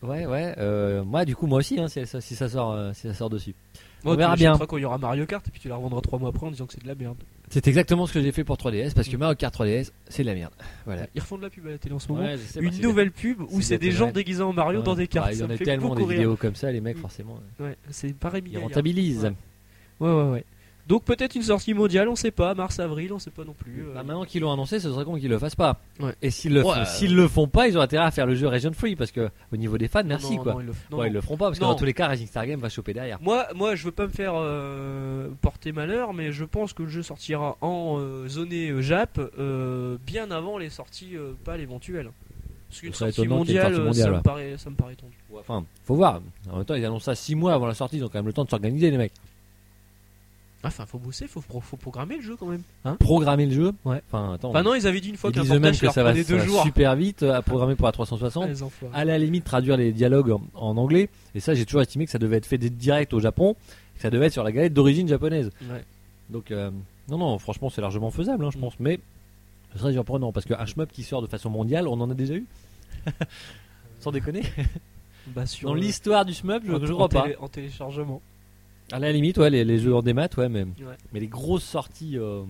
S2: Ouais, ouais. euh, moi, du coup, moi aussi, hein, si, ça, si ça sort, euh, si ça sort dessus.
S1: Moi,
S2: On verra
S1: tu l'achèteras
S2: bien.
S1: quand il y aura Mario Kart et puis tu la revendras 3 mois après en disant que c'est de la merde.
S2: C'est exactement ce que j'ai fait pour 3DS, parce que Mario Kart 3DS, c'est de la merde. Voilà.
S1: Ils refont de la pub à la télé en ce moment.
S2: Ouais, je sais pas,
S1: Une
S2: c'est-
S1: nouvelle pub où
S2: c'est
S1: c'est des
S2: des
S1: gens
S2: vrais-
S1: déguisés en Mario
S2: Ouais.
S1: dans des cartes.
S2: Ouais, Bah, Il y
S1: ça
S2: en
S1: me
S2: a
S1: fait
S2: tellement
S1: beaucoup
S2: des
S1: rire.
S2: vidéos comme ça, les mecs,
S1: Mm.
S2: forcément.
S1: Ouais, c'est pareil.
S2: Ils rentabilisent.
S1: Ouais. Ouais, ouais, ouais. Donc peut-être une sortie mondiale, on sait pas. Mars, avril, on sait pas non plus. euh.
S2: Bah, maintenant qu'ils l'ont annoncé, ce serait con qu'ils le fassent pas.
S1: Ouais.
S2: Et s'ils le,
S1: Ouais,
S2: font-
S1: euh,
S2: s'ils le font pas, ils ont intérêt à faire le jeu Region Free parce que au niveau des fans, merci
S1: Non,
S2: quoi.
S1: non, ils le- non,
S2: ouais,
S1: non.
S2: ils le feront pas parce que
S1: Non.
S2: dans tous les cas, Rising Star Game va choper derrière.
S1: Moi, moi, je veux pas me faire euh, porter malheur, mais je pense que le jeu sortira en euh, zonée euh, Jap euh, bien avant les sorties euh, PAL éventuelles. Parce qu'une
S2: Ce serait
S1: sortie
S2: étonnant qu'il y ait une
S1: mondiale,
S2: sortie
S1: euh, ça,
S2: mondiale,
S1: me
S2: ouais.
S1: paraît, ça me paraît tendu.
S2: Enfin, faut voir. En même temps, ils annoncent ça 6 mois avant la sortie, ils ont quand même le temps de s'organiser, les mecs. Ah,
S1: Enfin, faut bosser, faut, pro- faut programmer le jeu quand même.
S2: Programmer le jeu. Ouais. Enfin, attends.
S1: Enfin, Hein Bah non, ils avaient dit une fois
S2: ils
S1: qu'un
S2: disent eux-mêmes
S1: portage
S2: que
S1: leur
S2: ça va,
S1: prenait
S2: ça
S1: deux
S2: va
S1: jours.
S2: super vite euh, à programmer pour la 360.
S1: Les enfoirés.
S2: À la limite, traduire les dialogues en, en anglais. Et ça, j'ai toujours estimé que ça devait être fait direct au Japon. Que ça devait être sur la galette d'origine japonaise.
S1: Ouais.
S2: Donc, euh, non, non, franchement, c'est largement faisable, hein, je
S1: Mm.
S2: pense. Mais ce serait surprenant parce qu'un shmup qui sort de façon mondiale, on en
S1: [laughs]
S2: a déjà eu. Sans déconner.
S1: Bah, sur,
S2: Dans
S1: euh,
S2: l'histoire du shmup, je,
S1: en-
S2: je
S1: en
S2: crois pas.
S1: télé- en téléchargement.
S2: À la limite, ouais, les, les jeux en démat, ouais, mais,
S1: Ouais.
S2: mais les grosses sorties, euh,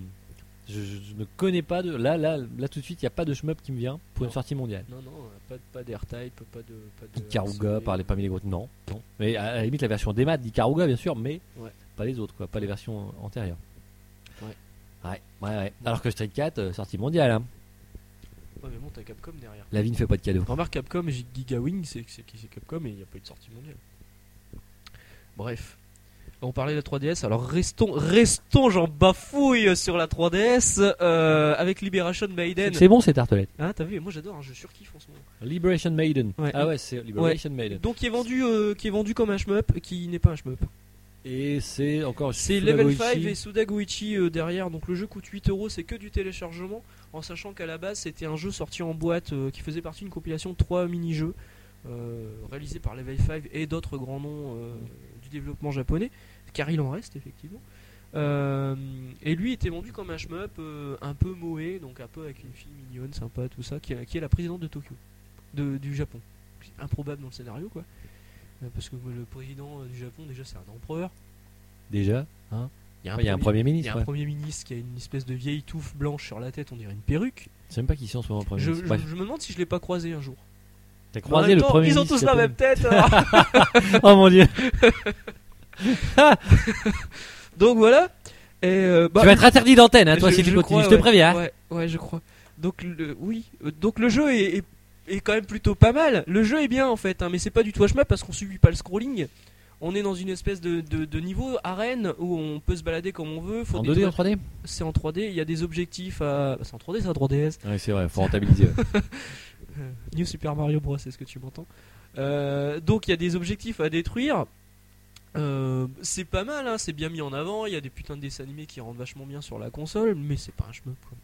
S2: je, je- je ne connais pas de. Là, là, là tout de suite, il n'y a pas de shmup qui me vient pour
S1: Non. Euh,
S2: une sortie mondiale.
S1: Non, non, euh, pas, de- pas d'AirType, pas de. Pas de
S2: Ikaruga,
S1: Sony,
S2: par les, parmi les gros. Non, non. Mais à la limite, la version démat d'Ikaruga, bien sûr, mais
S1: Ouais.
S2: pas les autres, quoi, pas les versions euh, antérieures.
S1: Ouais.
S2: Ouais, ouais, ouais. Alors que Street Cat, euh, sortie mondiale, hein.
S1: Ouais, mais bon, t'as Capcom derrière.
S2: La vie ne fait pas de cadeaux.
S1: Remarque Capcom, Gi- Gigawing, c'est c'est- c'est Capcom et il n'y a pas eu de sortie mondiale. Bref. On parlait de la 3DS, alors restons, restons, j'en bafouille sur la 3DS euh, avec Liberation Maiden.
S2: C'est bon, ces tartelettes.
S1: Hein, t'as vu, moi j'adore, hein, je surkiffe en ce moment.
S2: Liberation Maiden.
S1: Ouais.
S2: Ah ouais, c'est Liberation Maiden.
S1: Donc qui est vendu, euh, qui est vendu comme un shmup, qui n'est pas un shmup.
S2: Et c'est encore.
S1: C'est Level 5 et Sudagoichi euh, derrière, donc le jeu coûte 8 euros, c'est que du téléchargement, en sachant qu'à la base c'était un jeu sorti en boîte euh, qui faisait partie d'une compilation de 3 mini-jeux euh, réalisés par Level 5 et d'autres grands noms euh, du développement japonais, car il en reste effectivement. Euh, et lui était vendu comme un shmup euh, un peu moé, donc un peu avec une fille mignonne, sympa, tout ça, qui, est- qui est la présidente de Tokyo, de- du Japon. Improbable dans le scénario quoi. Euh, Parce que le président euh, du Japon, déjà, c'est un empereur.
S2: Déjà,
S1: Il y
S2: il y a un premier
S1: il y a
S2: ministre.
S1: un
S2: ouais.
S1: premier ministre qui a une espèce de vieille touffe blanche sur la tête, on dirait une perruque.
S2: Je sais même pas qui c'est en ce moment, premier
S1: Je,
S2: ministre.
S1: je-
S2: Bref,
S1: je me demande si je l'ai pas croisé un jour.
S2: t'as
S1: Mais en
S2: croisé
S1: même
S2: le
S1: temps,
S2: premier
S1: ils ont
S2: ministre
S1: tous la
S2: japonais.
S1: même tête. hein. alors.
S2: Oh mon dieu,
S1: [laughs] Donc voilà. Et euh, bah,
S2: tu vas être interdit d'antenne, hein, toi,
S1: je-
S2: si tu
S1: je
S2: continues.
S1: crois,
S2: je te
S1: ouais.
S2: préviens. hein.
S1: Ouais, ouais, je crois. Donc le, oui, euh, donc le jeu est, est, est quand même plutôt pas mal. Le jeu est bien en fait, hein, mais c'est pas du tout HMAP parce qu'on subit pas le scrolling. On est dans une espèce de, de- de niveau arène où on peut se balader comme on veut. Faut
S2: En hein.
S1: détruire-
S2: 2D, en 3D
S1: C'est en 3D. Il y a des objectifs à. bah, c'est en 3D, c'est en 3DS.
S2: Ouais, c'est vrai, faut rentabiliser.
S1: Euh, New Super Mario Bros, est-ce que tu m'entends Euh, Donc il y a des objectifs à détruire. Euh, c'est pas mal, hein, c'est bien mis en avant. Il y a des putains de dessins animés qui rendent vachement bien sur la console, mais c'est pas un shmup. quoi.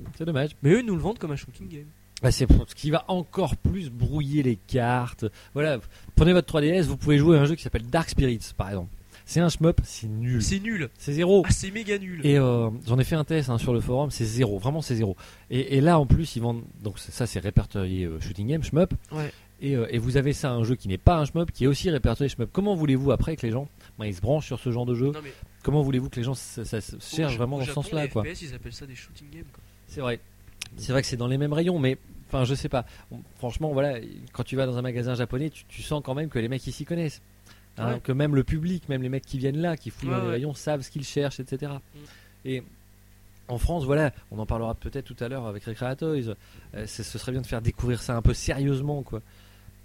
S2: [laughs] C'est dommage.
S1: Mais eux, ils nous le vendent comme un shooting game.
S2: Bah, c'est pour- ce qui va encore plus brouiller les cartes. Voilà, prenez votre 3DS, vous pouvez jouer à un jeu qui s'appelle Dark Spirits, par exemple. C'est un shmup, c'est nul.
S1: C'est nul.
S2: C'est zéro.
S1: Ah, c'est méga nul.
S2: Et euh, j'en ai fait un test hein, sur le forum, c'est zéro, vraiment c'est zéro. Et, et là en plus ils vendent, donc c'est- ça c'est répertorié euh, shooting game, shmup.
S1: Ouais.
S2: Et, euh, et vous avez ça, un jeu qui n'est pas un shmup, qui est aussi répertorié shmup. Comment voulez-vous après que les gens, ben, ils se branchent sur ce genre de jeu
S1: Non, mais
S2: Comment voulez-vous que les gens se, ça se
S1: au-
S2: cherchent vraiment
S1: au
S2: dans ce
S1: Japon,
S2: sens-là
S1: les
S2: quoi
S1: FPS, ils appellent ça des shooting games. quoi.
S2: C'est vrai. C'est vrai que c'est dans les mêmes rayons, mais enfin, je sais pas. On- franchement, voilà, quand tu vas dans un magasin japonais, tu, tu sens quand même que les mecs ils s'y connaissent. Hein,
S1: Ouais.
S2: Que même le public, même les mecs qui viennent là, qui fouillent
S1: Ouais,
S2: dans les
S1: ouais.
S2: rayons, savent ce qu'ils cherchent, etc.
S1: Mm.
S2: Et en France, voilà, on en parlera peut-être tout à l'heure avec Recreatoys. Euh, c'est- ce serait bien de faire découvrir ça un peu sérieusement, quoi.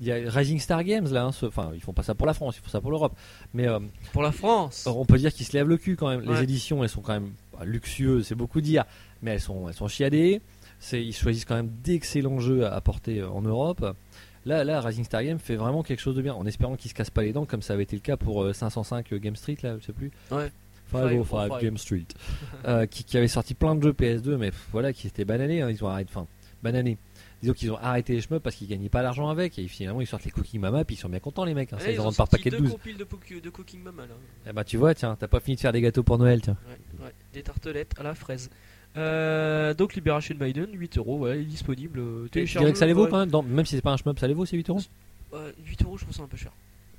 S2: Il y a Rising Star Games là, hein, ce- enfin ils font pas ça pour la France, ils font ça pour l'Europe. Mais euh,
S1: Pour la France.
S2: Or, on peut dire qu'ils se lèvent le cul quand même. Les
S1: Ouais.
S2: éditions, elles sont quand même bah, luxueuses, c'est beaucoup dire, mais elles sont, elles sont chiadées. C'est, ils choisissent quand même d'excellents jeux à apporter euh, en Europe. Là, là, Rising Star Game fait vraiment quelque chose de bien, en espérant qu'ils se cassent pas les dents, comme ça avait été le cas pour euh, 505 Game Street, là, je sais plus.
S1: Ouais.
S2: 505
S1: 505. [laughs]
S2: Game Street, Euh, qui, qui avait sorti plein de jeux PS2, mais pff, voilà, qui étaient bananés. hein, ils ont arrêté, enfin, bananés. Disons qu'ils ont arrêté les chemins parce qu'ils gagnaient pas l'argent avec, et finalement ils sortent les cookies mama, puis ils sont bien contents les mecs. hein,
S1: Ah,
S2: ça, ils, en
S1: ont
S2: vendent par
S1: sorti
S2: paquet de
S1: deux
S2: 12.
S1: compiles de, poc- de Cooking Mama là.
S2: Eh ben tu vois, tiens, t'as pas fini de faire des gâteaux pour Noël, tiens.
S1: Ouais, ouais, des tartelettes à la fraise. Euh, donc Liberation Maiden, 8 euros, ouais, il est disponible. euh,
S2: Tu
S1: Télécharge-le,
S2: dirais que ça les vaut
S1: ouais.
S2: quand même, dans- même si c'est pas un shmup, ça les vaut ces 8 euros
S1: Ouais, 8 euros, je trouve ça un peu cher.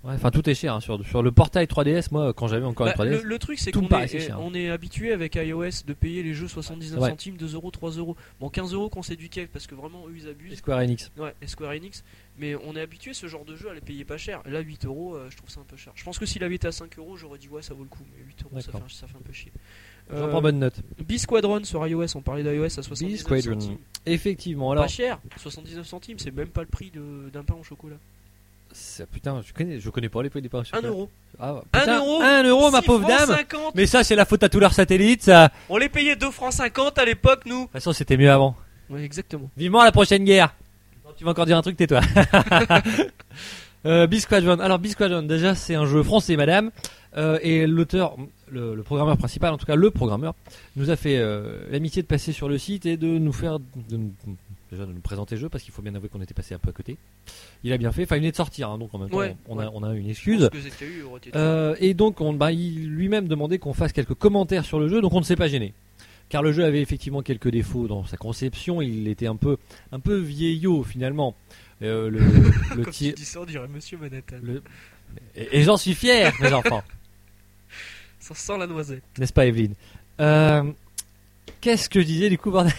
S2: Ouais, enfin tout est cher. hein, Sur, sur le portail 3DS, moi, quand j'avais encore
S1: Bah,
S2: une 3DS,
S1: le, le truc, c'est
S2: tout
S1: qu'on
S2: me paraissait
S1: est, eh,
S2: cher.
S1: on est habitué avec iOS de payer les jeux 79
S2: Ouais.
S1: centimes, 2 euros, 3 euros. Bon, 15 euros quand c'est du cake parce que vraiment eux ils
S2: c'est
S1: abusent.
S2: Square Enix.
S1: Ouais, et Square Enix. Mais on est habitué ce genre de jeu à les payer pas cher. Là, 8 euros, euh, je trouve ça un peu cher. Je pense que s'il avait été à 5 euros, j'aurais dit ouais, ça vaut le coup. Mais 8 euros, ça fait,
S2: D'accord.
S1: un- ça fait un peu chier.
S2: J'en
S1: Euh,
S2: prends bonne note.
S1: B-Squadron sur iOS, on parlait d'iOS à 79
S2: B-Squadron.
S1: centimes.
S2: Effectivement,
S1: Pas
S2: alors.
S1: cher, 79 centimes, c'est même pas le prix de- d'un pain au chocolat.
S2: ça, Putain, je connais, je connais pas les prix des paris
S1: 1 euro.
S2: Ah,
S1: Un
S2: putain,
S1: euro.
S2: un euro, ma
S1: Six
S2: pauvre
S1: francs
S2: dame
S1: 50.
S2: Mais ça, c'est la faute à tous leurs satellites, ça De
S1: On les payait 2 francs 50 à l'époque, nous.
S2: toute façon, c'était mieux avant.
S1: Ouais, exactement.
S2: Vivement la prochaine guerre Non, Tu vas encore dire un truc, tais-toi. [laughs] euh, B-Squadron. Alors, B-Squadron, déjà, c'est un jeu français, madame. Euh, et l'auteur, le, le programmeur principal, en tout cas le programmeur, nous a fait euh, l'amitié de passer sur le site et de nous faire. De, nous- déjà, de nous présenter le jeu, parce qu'il faut bien avouer qu'on était passé un peu à côté. Il a bien fait. Enfin, il venait de sortir, hein, donc en même temps,
S1: Ouais,
S2: on,
S1: ouais.
S2: A, on a une
S1: Je
S2: excuse.
S1: pense que ZKU aurait été-
S2: Euh, et donc, on, bah, il lui-même demandait qu'on fasse quelques commentaires sur le jeu, donc on ne s'est pas gêné. Car le jeu avait effectivement quelques défauts dans sa conception, il était un peu, un peu vieillot finalement. Euh, le, le
S1: Comme
S2: ti-
S1: tu dis ça, on dirait Monsieur Manhattan.
S2: le- Et, et j'en suis fier, mes enfants,
S1: Ça sent la noisette.
S2: n'est-ce pas, Evelyne Euh, Qu'est-ce que je disais du coup, bordel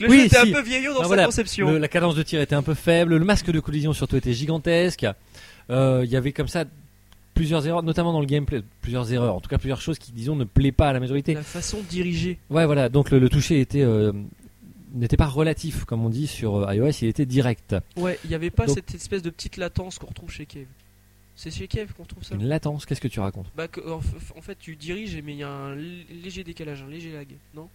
S1: Le
S2: Oui,
S1: jeu était
S2: si.
S1: un peu vieillot dans
S2: Ah,
S1: sa
S2: voilà.
S1: conception.
S2: Le- la cadence de tir était un peu faible, le masque de collision surtout était gigantesque. Euh, Il y avait comme ça plusieurs erreurs, notamment dans le gameplay, plusieurs erreurs, en tout cas plusieurs choses qui, disons, ne plaît pas à la majorité.
S1: La façon de diriger.
S2: Ouais, voilà. Donc le, le toucher était euh, n'était pas relatif, comme on dit sur euh, iOS, il était direct.
S1: Ouais, il n'y avait pas
S2: Donc-
S1: cette espèce de petite latence qu'on retrouve chez Kev. C'est chez Kev qu'on trouve ça
S2: Une latence. Qu'est-ce que tu racontes
S1: Bah, que- en, f- en fait, tu diriges, mais il y a un l- léger décalage, un léger lag, non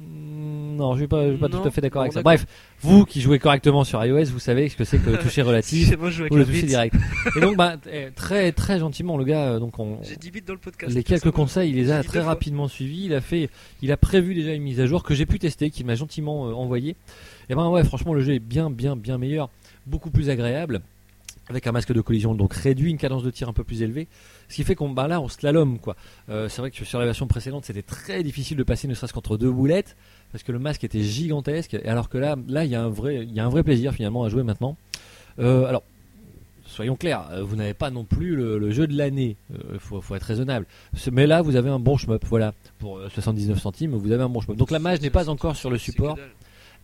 S2: Mm, Non, je suis pas, je suis pas
S1: Non.
S2: tout à fait d'accord
S1: Bon,
S2: avec ça.
S1: d'accord.
S2: Bref, vous qui jouez correctement sur iOS, vous savez ce que c'est que
S1: [laughs]
S2: le toucher relatif
S1: moi, je joue avec
S2: ou le
S1: la
S2: toucher
S1: bite.
S2: direct.
S1: [laughs]
S2: Et donc, bah, eh, très très gentiment, le gars, euh, donc on,
S1: J'ai 10 bits dans le podcast.
S2: les quelques
S1: personne-
S2: conseils, il les
S1: J'ai
S2: a
S1: dit
S2: très
S1: deux fois.
S2: rapidement suivis. Il a fait, il a prévu déjà une mise à jour que j'ai pu tester, qu'il m'a gentiment euh, envoyé. Et ben ouais, franchement, le jeu est bien, bien, bien meilleur, beaucoup plus agréable, avec un masque de collision donc réduit, une cadence de tir un peu plus élevée, ce qui fait qu'on bah là on slalom quoi. Euh, c'est vrai que sur la version précédente, c'était très difficile de passer ne serait-ce qu'entre deux boulettes parce que le masque était gigantesque. Et alors que là, là il y a un vrai, il y a un vrai plaisir finalement à jouer maintenant. Euh, alors. Soyons clairs, euh, vous n'avez pas non plus le, le jeu de l'année. Il faut, faut être raisonnable. Ce- Mais là, vous avez un bon shmup. Voilà, pour euh, 79 centimes, vous avez un bon shmup. Donc la mage n'est pas encore sur le
S1: C'est que
S2: support.
S1: dalle.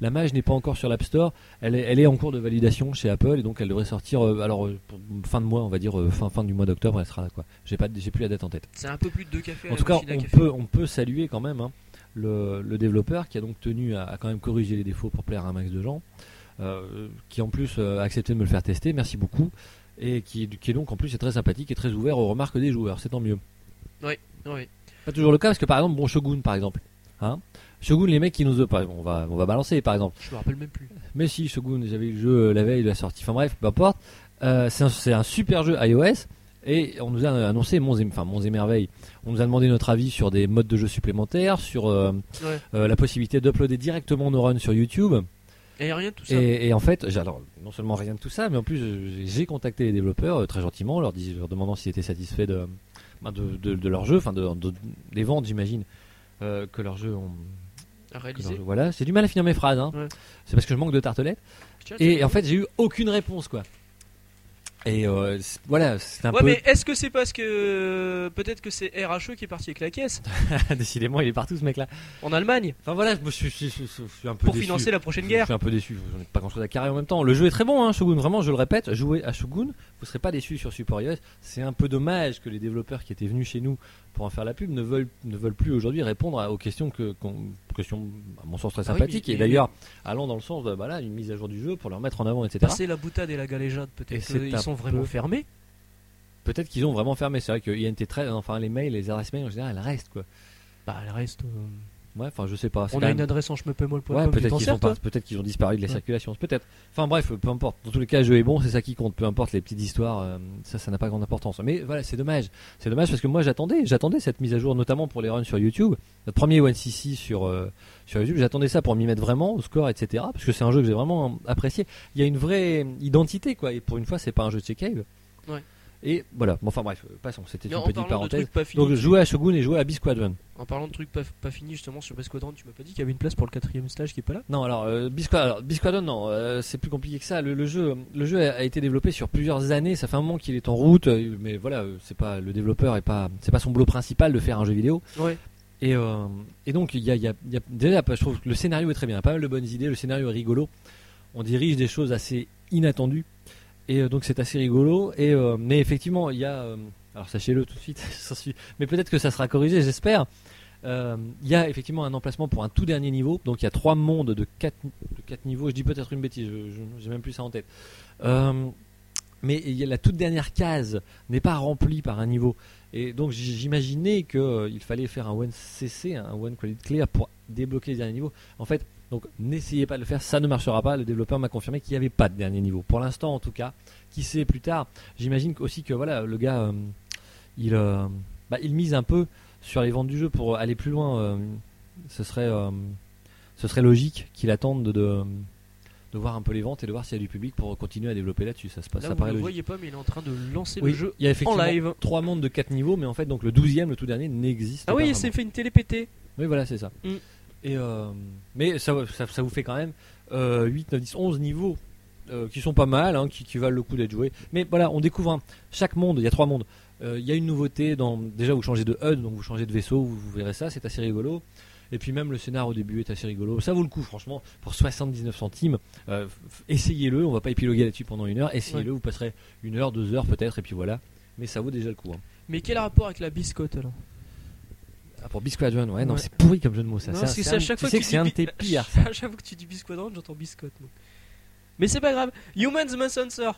S2: La mage n'est pas encore sur l'App Store. Elle est, elle est en cours de validation chez Apple et donc elle devrait sortir. euh, alors euh, pour- fin de mois, on va dire euh, fin fin du mois d'octobre, elle sera là quoi. J'ai pas, j'ai plus la date en tête.
S1: C'est un peu plus de deux cafés. à
S2: En
S1: la
S2: tout cas,
S1: machine à
S2: on
S1: café.
S2: peut on peut saluer quand même hein, le, le développeur qui a donc tenu à, à quand même corriger les défauts pour plaire à un max de gens, euh, qui en plus euh, a accepté de me le faire tester. Merci beaucoup et qui, qui est donc en plus est très sympathique et très ouvert aux remarques des joueurs. C'est tant mieux.
S1: Ouais.
S2: Pas toujours le cas parce que par exemple, bon Shogun par exemple, hein, Shogun les mecs qui n'osent pas, on va on va balancer par exemple.
S1: Je me rappelle même plus.
S2: Mais si, Shogun, j'avais eu le jeu euh, la veille de la sortie. Enfin bref, peu importe. Euh, c'est un, c'est un super jeu iOS. Et on nous a annoncé Monts et, enfin, Monts et Merveilles. On nous a demandé notre avis sur des modes de jeu supplémentaires, sur euh,
S1: Ouais.
S2: euh, la possibilité d'uploader directement nos runs sur YouTube.
S1: Et rien de tout ça.
S2: Et, et en fait, j'ai- alors, non seulement rien de tout ça, mais en plus, j'ai- j'ai contacté les développeurs euh, très gentiment, leur, dis- leur demandant s'ils étaient satisfaits de, ben, de, de- de leur jeu, enfin de, de- des ventes, j'imagine, euh, que leur jeu ont.
S1: à
S2: que leur
S1: réaliser.
S2: jeu- voilà, c'est du mal à finir mes phrases, hein.
S1: Ouais.
S2: c'est parce que je manque de tartelettes.
S1: Tiens,
S2: Et en fait, j'ai eu aucune réponse, quoi. Et euh, c'est- voilà, c'est un
S1: Ouais,
S2: peu.
S1: mais est-ce que c'est parce que peut-être que c'est RHE qui est parti avec la caisse
S2: [laughs] Décidément, il est partout ce mec-là.
S1: en Allemagne
S2: Enfin voilà, je me suis, je suis- je suis un peu
S1: pour
S2: déçu.
S1: financer la prochaine
S2: Je
S1: guerre
S2: suis un peu déçu, j'en ai pas grand chose à carrer en même temps. Le jeu est très bon, hein, Shogun, vraiment, je le répète, jouez à Shogun, vous serez pas déçus sur Superior. C'est un peu dommage que les développeurs qui étaient venus chez nous pour en faire la pub ne veulent, ne veulent plus aujourd'hui répondre à- aux questions, que, qu'on- questions, à mon sens, très
S1: Ah oui,
S2: sympathiques,
S1: mais-
S2: et d'ailleurs allant dans le sens de bah là, une mise à jour du jeu pour leur mettre en avant, etc.
S1: Passer la boutade et la galéjade,
S2: Et
S1: peut-être
S2: c'est un
S1: qu'ils sont vraiment
S2: peu-
S1: fermés.
S2: Peut-être qu'ils ont vraiment fermé, c'est vrai que INT13, enfin les mails, les adresses mails en général, elles restent quoi.
S1: Bah, le reste, euh,
S2: Ouais, enfin je sais pas. c'est
S1: on
S2: quand
S1: a
S2: même-
S1: une adresse en chemepemol.com.
S2: Ouais,
S1: tu
S2: peut-être
S1: t'en
S2: qu'ils
S1: sers,
S2: sont
S1: toi
S2: pas- peut-être qu'ils ont disparu de la
S1: Ouais.
S2: circulation, peut-être. Enfin bref, peu importe. Dans tous les cas, le jeu est bon, c'est ça qui compte. Peu importe les petites histoires, euh, ça, ça n'a pas grande importance. Mais voilà, c'est dommage. C'est dommage parce que moi, j'attendais, j'attendais cette mise à jour, notamment pour les runs sur YouTube. Notre premier One CC sur euh, sur YouTube, j'attendais ça pour m'y mettre vraiment au score, etc. Parce que c'est un jeu que j'ai vraiment apprécié. Il y a une vraie identité, quoi. Et pour une fois, c'est pas un jeu de chez Cave.
S1: Ouais.
S2: Et voilà. Bon, enfin bref, euh, passons. C'était
S1: Mais
S2: une
S1: en
S2: petite
S1: parlant de
S2: parenthèse.
S1: trucs pas finis,
S2: Donc jouer à Shogun et jouer à Bisquadron.
S1: en parlant de trucs pas, pas finis justement sur Basquadron, tu m'as pas dit qu'il y avait une place pour le quatrième stage qui est pas là
S2: Non, alors, euh, Bisquad- alors, Bisquadron, non, euh, c'est plus compliqué que ça. Le, le jeu, le jeu a, a été développé sur plusieurs années. Ça fait un moment qu'il est en route, euh, mais voilà, euh, c'est pas le développeur et pas, c'est pas son boulot principal de faire un jeu vidéo.
S1: Ouais.
S2: Et, euh, et donc, il y a, il y a- il y a- déjà, je trouve que le scénario est très bien. Il y a pas mal de bonnes idées. Le scénario est rigolo. On dirige des choses assez inattendues. Et euh, donc, c'est assez rigolo. Et, euh, mais effectivement, il y a. euh, alors, sachez-le tout de suite. [laughs] j'en suis- mais peut-être que ça sera corrigé, j'espère. Euh, Il y a effectivement un emplacement pour un tout dernier niveau. Donc, il y a trois mondes de quatre, de quatre niveaux. Je dis peut-être une bêtise. je- je- J'ai même plus ça en tête. Euh, mais il y a la toute dernière case n'est pas remplie par un niveau. Et donc j- j'imaginais que euh, il fallait faire un one CC, un one credit clear pour débloquer les derniers niveaux. En fait, donc n'essayez pas de le faire, ça ne marchera pas. Le développeur m'a confirmé qu'il n'y avait pas de dernier niveau. Pour l'instant, en tout cas, qui sait plus tard. J'imagine qu- aussi que voilà, le gars, euh, il, euh, bah, il mise un peu sur les ventes du jeu pour aller plus loin. euh, ce serait, euh, ce serait logique qu'il attende de, de, voir un peu les ventes et de voir s'il y a du public pour continuer à développer là-dessus. Ça se passe,
S1: Là,
S2: Bah, ça
S1: vous
S2: paraît
S1: ne le voyez
S2: logique.
S1: pas, mais il est en train de lancer
S2: Oui,
S1: le jeu
S2: il y a effectivement
S1: en live.
S2: trois mondes de quatre niveaux, mais en fait, donc le douzième, le tout dernier, n'existe
S1: Ah
S2: pas.
S1: oui, il
S2: vraiment.
S1: s'est fait une télé pétée.
S2: Oui, voilà, c'est ça.
S1: Mm.
S2: Et euh, mais ça, ça, ça vous fait quand même euh, 8, 9, 10, 11 niveaux euh, qui sont pas mal, hein, qui, qui valent le coup d'être joués. Mais voilà, on découvre un- chaque monde, il y a trois mondes. Euh, Il y a une nouveauté, dans, déjà vous changez de HUD, donc vous changez de vaisseau, vous, vous verrez ça, c'est assez rigolo. Et puis même le scénar au début est assez rigolo. Ça vaut le coup, franchement, pour 79 centimes. euh, f- f- essayez-le, on va pas épiloguer là-dessus pendant une heure. Essayez-le, vous passerez une heure, deux heures peut-être, et puis voilà. Mais ça vaut déjà le coup. hein.
S1: Mais quel rapport avec la biscotte alors
S2: Ah, pour Bisquadron, ouais, non,
S1: Ouais.
S2: c'est pourri comme jeu de mots ça.
S1: Non,
S2: C'est un-
S1: parce que
S2: c'est
S1: c'est à
S2: un-
S1: chaque
S2: tu
S1: fois
S2: sais
S1: que
S2: que
S1: tu
S2: c'est un de
S1: dis
S2: tes
S1: bi-
S2: pires.
S1: [laughs] À chaque fois que tu dis bisquadron, j'entends biscotte. moi. Mais c'est pas grave. Humans must answer.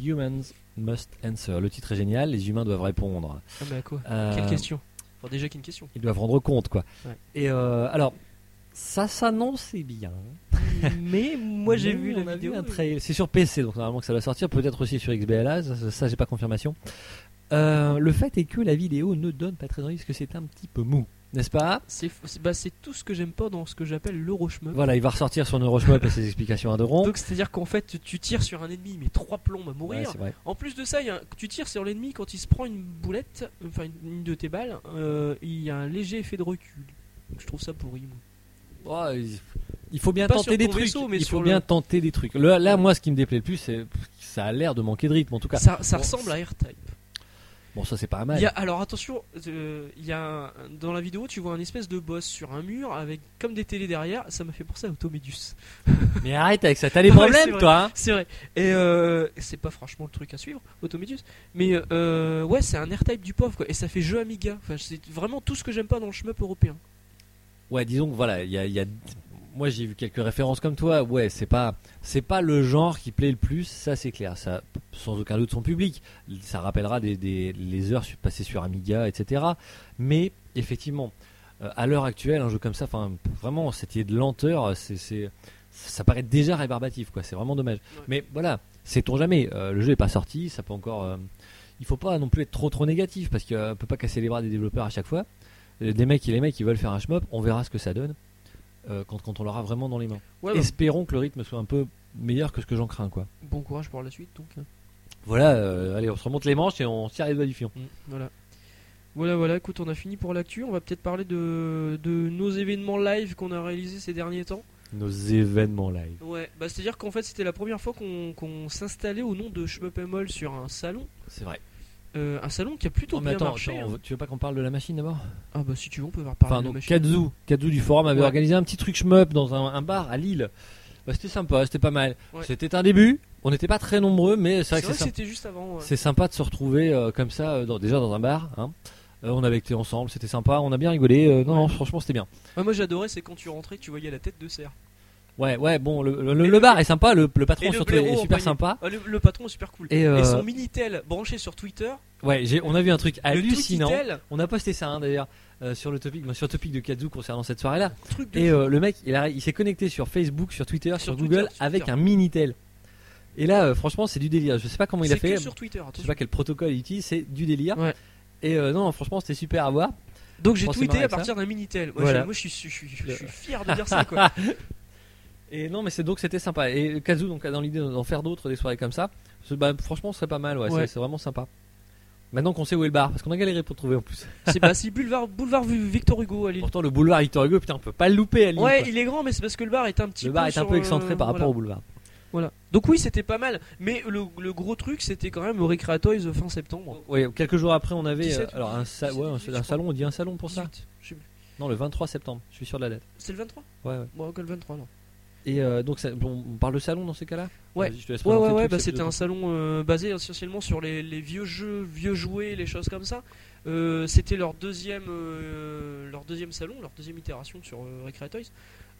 S2: Humans must answer. Le titre est génial, les humains doivent répondre.
S1: Ah, mais à quoi
S2: Euh,
S1: Quelle question Enfin, déjà qu'une question.
S2: Ils doivent rendre compte, quoi.
S1: Ouais.
S2: Et euh, alors, ça s'annonce et bien.
S1: mais moi, j'ai
S2: Mais
S1: vu
S2: on
S1: la
S2: a
S1: vidéo.
S2: un trail- C'est sur PC, donc normalement que ça va sortir, peut-être aussi sur XBLA, ça, ça, j'ai pas confirmation. Euh, le fait est que la vidéo ne donne pas très envie parce que c'est un petit peu mou, n'est-ce pas
S1: [laughs] C'est c'est- bah, c'est tout ce que j'aime pas dans ce que j'appelle l'eurochemeup.
S2: Voilà, il va ressortir son Euroshmup et ses explications à deux ronds.
S1: Donc, c'est-à-dire qu'en fait, tu- tu tires sur un ennemi, mais trois plombes à
S2: Ouais,
S1: mourir.
S2: c'est vrai.
S1: En plus de ça, il y a un- tu tires sur l'ennemi quand il se prend une boulette, enfin une, une de tes balles, euh, il y a un léger effet de recul. Donc, je trouve ça pourri. moi.
S2: Oh, il- il faut bien
S1: Pas
S2: tenter
S1: sur
S2: des
S1: ton
S2: trucs.
S1: vaisseau, mais
S2: il
S1: sur
S2: faut
S1: le-
S2: bien tenter des trucs. Le- là, moi, ce qui me déplaît le plus, c'est ça a l'air de manquer de rythme en tout cas.
S1: Ça, ça
S2: Bon,
S1: ressemble à R-Type.
S2: Bon, ça c'est pas
S1: Il
S2: mal.
S1: y a- alors attention, euh, il y a un- dans la vidéo, tu vois un espèce de boss sur un mur avec comme des télés derrière. Ça m'a fait penser à Automedus.
S2: Mais arrête avec ça, t'as des
S1: [laughs] Ouais, c'est
S2: problèmes
S1: vrai.
S2: toi. hein.
S1: C'est vrai. Et euh, c'est pas franchement le truc à suivre, Automedius. Mais euh, ouais, c'est un R-Type du pauvre quoi. Et ça fait jeu Amiga. Enfin, c'est vraiment tout ce que j'aime pas dans le shmup européen.
S2: Ouais, disons que voilà, il y a, il y a- moi j'ai vu quelques références comme toi. Ouais, c'est pas, c'est pas le genre qui plaît le plus, ça c'est clair. Ça, sans aucun doute, son public. Ça rappellera des, des- les heures su- passées sur Amiga, etc. Mais effectivement, euh, à l'heure actuelle, un jeu comme ça, enfin, vraiment, cette idée de lenteur, c'est, c'est- ça paraît déjà rébarbatif, quoi. C'est vraiment dommage.
S1: Ouais.
S2: Mais voilà, sait-on jamais. euh, le jeu est pas sorti, ça peut encore. euh, il faut pas non plus être trop trop négatif parce qu'on peut pas casser les bras des développeurs à chaque fois. Euh, Des mecs et les mecs qui veulent faire un shmup, on verra ce que ça donne euh, quand, quand on l'aura vraiment dans les mains.
S1: Ouais, bah,
S2: Espérons que le rythme soit un peu meilleur que ce que j'en crains quoi.
S3: Bon courage pour la suite donc. hein.
S2: Voilà, euh, allez, on se remonte les manches et on tire les doigts du fion.
S1: mm.
S3: Voilà.
S1: Voilà, voilà, écoute, on a fini pour l'actu. On va peut-être parler de, de nos événements live qu'on a réalisés ces derniers temps.
S2: Nos événements live.
S1: Ouais, bah c'est-à-dire qu'en fait, c'était la première fois qu'on qu'on s'installait au nom de Shmup Mall sur un salon.
S2: C'est vrai. Oh,
S1: Euh, un salon qui a plutôt bien
S2: Ah, attends,
S1: marché.
S2: attends, on
S1: hein.
S2: veut- tu veux pas qu'on parle de la machine d'abord
S1: Ah bah si tu veux, on peut voir parler
S2: Enfin,
S1: de la
S2: donc
S1: machine.
S2: Katsu, Katsu du forum avait
S1: Ouais.
S2: organisé un petit truc shmup dans un, un bar à Lille. Bah, c'était sympa, c'était pas mal.
S1: Ouais.
S2: C'était un début, on n'était pas très nombreux, mais c'est
S1: C'est
S2: vrai que
S1: vrai
S2: c'est
S1: que
S2: sympa.
S1: c'était juste avant. ouais.
S2: C'est sympa de se retrouver euh, comme ça, euh, dans- déjà dans un bar. hein. Euh, on avait été ensemble, c'était sympa, on a bien rigolé. euh, non, non, franchement, c'était bien.
S1: Ouais, Ah, moi j'adorais, c'est quand tu rentrais, tu voyais la tête de cerf.
S2: Ouais, ouais, bon, le, le- le
S1: le-
S2: bar est sympa, le, le patron
S1: et le
S2: surtout
S1: blaireau
S2: est
S1: en
S2: super
S1: panier.
S2: sympa.
S1: Ah, le, le patron est super cool.
S2: Et, euh,
S1: son Minitel branché sur Twitter.
S2: Ouais, j'ai- on a vu un truc
S1: le
S2: hallucinant.
S1: Twitel,
S2: On a posté ça hein, d'ailleurs euh, sur le topic, bah, sur le topic de Kazu concernant cette soirée-là.
S1: truc de
S2: Et
S1: fou.
S2: euh, le mec, il, a- il s'est connecté sur Facebook, sur Twitter, sur,
S1: Sur Twitter,
S2: Google
S1: sur
S2: avec
S1: Twitter.
S2: un minitel. Et là, euh, franchement, c'est du délire. Je sais pas comment il a
S1: C'est
S2: fait.
S1: que sur Twitter.
S2: Je
S1: attention.
S2: sais pas quel protocole il utilise. C'est du délire.
S1: Ouais.
S2: Et euh, non, franchement, c'était super à voir.
S1: Donc j'ai
S2: On s'est
S1: tweeté
S2: marré
S1: à
S2: avec
S1: partir d'un Minitel. Moi,
S2: Voilà.
S1: je- moi, je, suis, je suis- je suis fier de dire ça
S2: [laughs]
S1: quoi.
S2: Et non, mais c'est donc c'était sympa. Et Kazu, donc, a dans l'idée d'en faire d'autres, des soirées comme ça. C'est- bah, franchement, ce serait pas mal. Ouais,
S1: Ouais.
S2: C'est, c'est vraiment sympa. Maintenant qu'on sait où est le bar, parce qu'on a galéré pour trouver en plus.
S1: c'est bah, c'est boulevard, boulevard Victor Hugo à Lille.
S2: Pourtant, le boulevard Victor Hugo, putain, on peut pas le louper à Lille.
S1: Ouais,
S2: quoi.
S1: il est grand, mais c'est parce que le bar est un petit
S2: le
S1: peu.
S2: bar est un
S1: sur,
S2: peu excentré
S1: euh,
S2: par rapport
S1: voilà.
S2: au boulevard.
S1: Voilà. Donc, oui, c'était pas mal. Mais le, le gros truc, c'était quand même au Recreatoys euh, fin septembre.
S2: Ouais, quelques jours après, on avait
S1: 17
S2: euh, alors un, sa-
S1: 17,
S2: ouais, un-
S1: 18, je
S2: un salon. On dit un salon pour ça
S1: 18, je sais plus.
S2: Non, le 23 septembre. Je suis sûr de la date.
S1: C'est le 23
S2: Ouais, ouais.
S1: Bon, que le 23, non.
S2: Et euh, donc, ça- bon, on parle de salon dans ces cas-là
S1: Ouais.
S2: Vas-y, je te laisse
S1: Ouais,
S2: présenter
S1: ouais,
S2: le
S1: ouais,
S2: truc,
S1: bah,
S2: c'est-
S1: c'était un salon euh, basé essentiellement sur les, les vieux jeux, vieux jouets, les choses comme ça. Euh, c'était leur deuxième, euh, leur deuxième salon, leur deuxième itération sur euh, Recreatoys.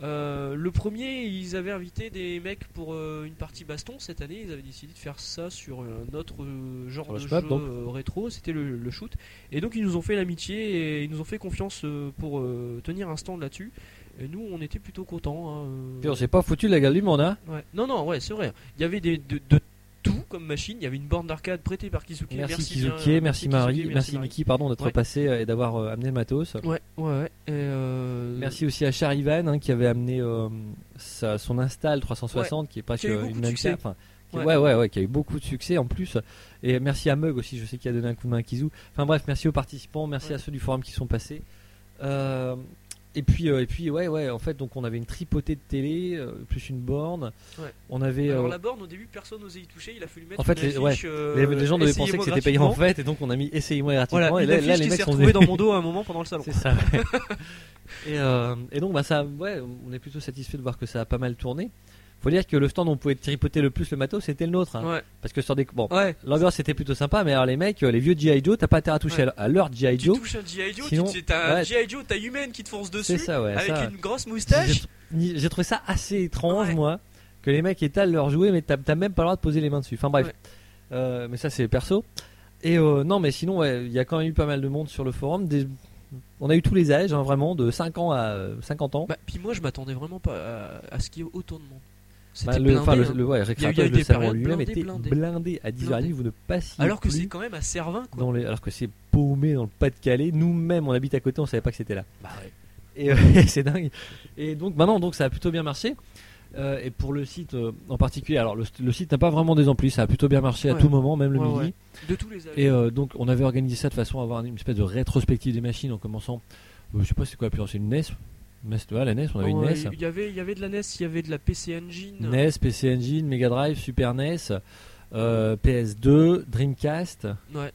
S1: Euh, le premier, ils avaient invité des mecs pour euh, une partie baston. Cette année, ils avaient décidé de faire ça sur euh, un autre euh, genre
S2: Sur le
S1: de
S2: shmup,
S1: jeu
S2: donc.
S1: euh, rétro. C'était le, le shoot. Et donc, ils nous ont fait l'amitié et ils nous ont fait confiance euh, pour euh, tenir un stand là-dessus. Et nous, on était plutôt contents. hein, euh.
S2: Puis on s'est pas foutu de la gueule du monde, hein
S1: Ouais. Non, non, ouais, c'est vrai. Il y avait des, de, de tout comme machine. Il y avait une borne d'arcade prêtée par Kizuki.
S2: Merci,
S1: bien,
S2: Kizuki,
S1: euh,
S2: merci, Marie,
S1: Kizuki,
S2: merci, Niki, pardon, d'être
S1: Ouais.
S2: passé euh, et d'avoir euh, amené le matos.
S1: Ouais, ouais, ouais. Et, euh,
S2: Merci aussi à Charivan hein, qui avait amené euh, sa- son install 360 qui est pas
S1: Qui a eu
S2: sur
S1: beaucoup
S2: une
S1: de
S2: même
S1: succès.
S2: carte, enfin, qui-
S1: Ouais.
S2: ouais. ouais, ouais, qui a eu beaucoup de succès en plus. Et merci à Mug aussi, je sais qu'il a donné un coup de main à Kizu. Enfin bref, merci aux participants, merci
S1: Ouais.
S2: à ceux du forum qui sont passés. Euh, et puis, euh, et puis, ouais, ouais, en fait, donc on avait une tripotée de télé euh, plus une borne.
S1: Ouais.
S2: On avait.
S1: Alors
S2: euh,
S1: la borne, au début, personne n'osait y toucher. Il a fallu mettre.
S2: En fait,
S1: une
S2: les- ouais.
S1: affiche, euh,
S2: les, les gens devaient penser que
S1: essayez-moi
S2: c'était payant en
S1: gratuitement.
S2: fait, et donc on a mis essayez-moi gratuitement.
S1: Voilà,
S2: et
S1: une
S2: là, là,
S1: affiche
S2: les
S1: qui
S2: mecs
S1: s'est
S2: sont
S1: retrouvée dans
S2: venus.
S1: mon dos à un moment pendant le salon.
S2: C'est ça. ouais. et, euh, et donc, bah, ça, ouais, on est plutôt satisfait de voir que ça a pas mal tourné. Faut dire que le stand où on pouvait tripoter le plus le matos, c'était le nôtre. hein.
S1: Ouais,
S2: Parce que sur des. Bon,
S1: ouais.
S2: l'ambiance était plutôt sympa, mais alors les mecs, euh, les vieux G.I. Joe, t'as pas intérêt à toucher à- à leur G.I.
S1: Tu
S2: Joe.
S1: touches un G.I. Joe,
S2: Sinon-
S1: tu- t'as un
S2: ouais.
S1: G.I. Joe, t'as Human qui te fonce
S2: C'est
S1: dessus
S2: ça, ouais.
S1: avec
S2: ça.
S1: une grosse moustache.
S2: J'ai j'ai trouvé ça assez étrange,
S1: Ouais.
S2: moi, que les mecs étalent leur jouet, mais t'as t'as même pas le droit de poser les mains dessus. Enfin bref,
S1: Ouais.
S2: Euh, mais ça c'est perso. Et euh, non, mais sinon, ouais, il y a quand même eu pas mal de monde sur le forum. Des- On a eu tous les âges, hein, vraiment, de 5 ans à euh, 50 ans.
S1: Bah, puis moi, je m'attendais vraiment pas à, à ce qu'il y ait autant de monde. C'était
S2: Bah, le,
S1: blindé,
S2: enfin, le,
S1: hein.
S2: le- ouais, Recreator,
S1: Il y a eu
S2: le
S1: des
S2: salon
S1: périodes
S2: lui-même
S1: blindées,
S2: était blindé,
S1: blindées.
S2: à 10h30, vous ne passiez
S1: Alors que
S2: plus
S1: c'est quand même à Servin, quoi.
S2: dans les- alors que c'est paumé dans le Pas-de-Calais. Nous-mêmes, on habite à côté, on savait pas que c'était là.
S1: Bah, ouais.
S2: Et euh, [laughs] c'est dingue. Et donc maintenant, donc ça a plutôt bien marché. Euh, et pour le site euh, en particulier, alors le, le site n'a pas vraiment des emplis, ça a plutôt bien marché à
S1: Ouais.
S2: tout moment, même le
S1: Ouais,
S2: midi.
S1: ouais. De tous les âges.
S2: Et euh, donc on avait organisé ça de façon à avoir une espèce de rétrospective des machines en commençant, euh, je sais pas c'est quoi la plus ancienne, une NES, NES ouais, la NES, on avait
S1: Oh,
S2: une E
S1: ouais,
S2: NES.
S1: Il y avait, il y avait de la NES, il y avait de la PC Engine.
S2: NES, PC Engine, Mega Drive, Super NES, euh, PS2, Dreamcast
S1: Ouais.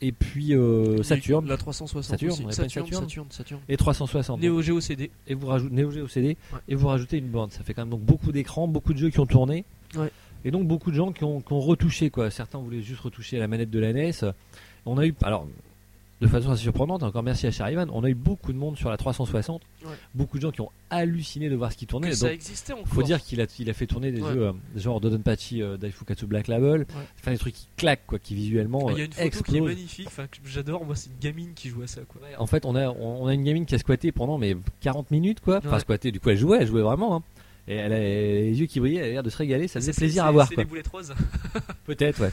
S2: et puis euh, Saturn
S1: La 360
S2: Saturn,
S1: aussi.
S2: on avait pas une
S1: Saturn,
S2: Saturn
S1: Saturn, Saturn.
S2: et 360.
S1: Neo Geo CD.
S2: et vous rajoutez Neo Geo CD
S1: Ouais.
S2: et vous rajoutez une bande. Ça fait quand même donc beaucoup d'écrans, beaucoup de jeux qui ont tourné.
S1: Ouais.
S2: Et donc beaucoup de gens qui ont, qui ont retouché quoi. Certains voulaient juste retoucher la manette de la NES. On a eu alors de façon assez surprenante, encore merci à Charivan, on a eu beaucoup de monde sur la 360,
S1: Ouais.
S2: beaucoup de gens qui ont halluciné de voir ce qui tournait.
S1: Que
S2: Donc,
S1: ça existait encore.
S2: faut dire qu'il a, il a fait tourner des
S1: Ouais.
S2: jeux euh, genre Dodonpachi, euh, Daifukatsu Black Label, enfin des trucs qui claquent quoi, qui visuellement
S1: Ah, Il y a
S2: euh,
S1: une photo qui est
S2: explosent.
S1: magnifique, enfin, que j'adore, moi c'est une gamine qui joue à ça quoi.
S2: En fait, on a, on, on a une gamine qui a squatté pendant mais 40 minutes, quoi. Enfin,
S1: Ouais.
S2: squatté, du coup, elle jouait, elle jouait vraiment. hein. Et elle a les yeux qui brillaient, elle a l'air de se régaler, ça faisait plaisir à voir,
S1: C'est
S2: quoi.
S1: des boulettes roses.
S2: Peut-être, ouais.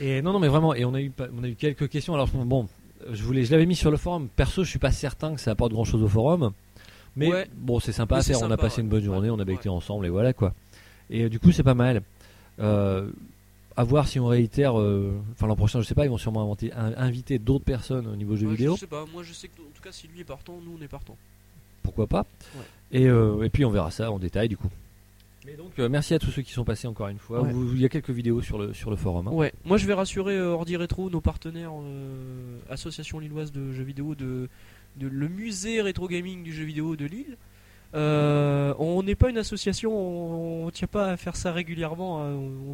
S2: Et non, non, mais vraiment, et on a eu, pas- on a eu quelques questions. Alors bon, je voulais, je l'avais mis sur le forum. Perso, je suis pas certain que ça apporte grand chose au forum, mais
S1: Ouais.
S2: bon, c'est sympa à
S1: Mais c'est
S2: faire. on a
S1: sympa,
S2: passé
S1: ouais.
S2: une bonne journée,
S1: Ouais.
S2: on a becqué ensemble et voilà quoi. Et euh, du coup, c'est pas mal. Euh, à voir si on réitère. euh, Enfin, l'an prochain, je sais pas. Ils vont sûrement inventer- in- inviter d'autres personnes au niveau jeux
S1: Ouais,
S2: vidéo.
S1: Je sais pas, moi je sais que en tout cas si lui est partant, nous on est partant.
S2: pourquoi pas.
S1: Ouais.
S2: Et, euh, et puis on verra ça en détail du coup. Mais donc euh, merci à tous ceux qui sont passés encore une fois.
S1: Ouais.
S2: Vous- vous- Il y a quelques vidéos sur le, sur le forum. hein.
S1: Ouais, moi je vais rassurer euh, Ordi Rétro, nos partenaires euh, association lilloise de jeux vidéo de, de le musée rétro gaming du jeu vidéo de Lille. Euh, on n'est pas une association, on, on tient pas à faire ça régulièrement, hein,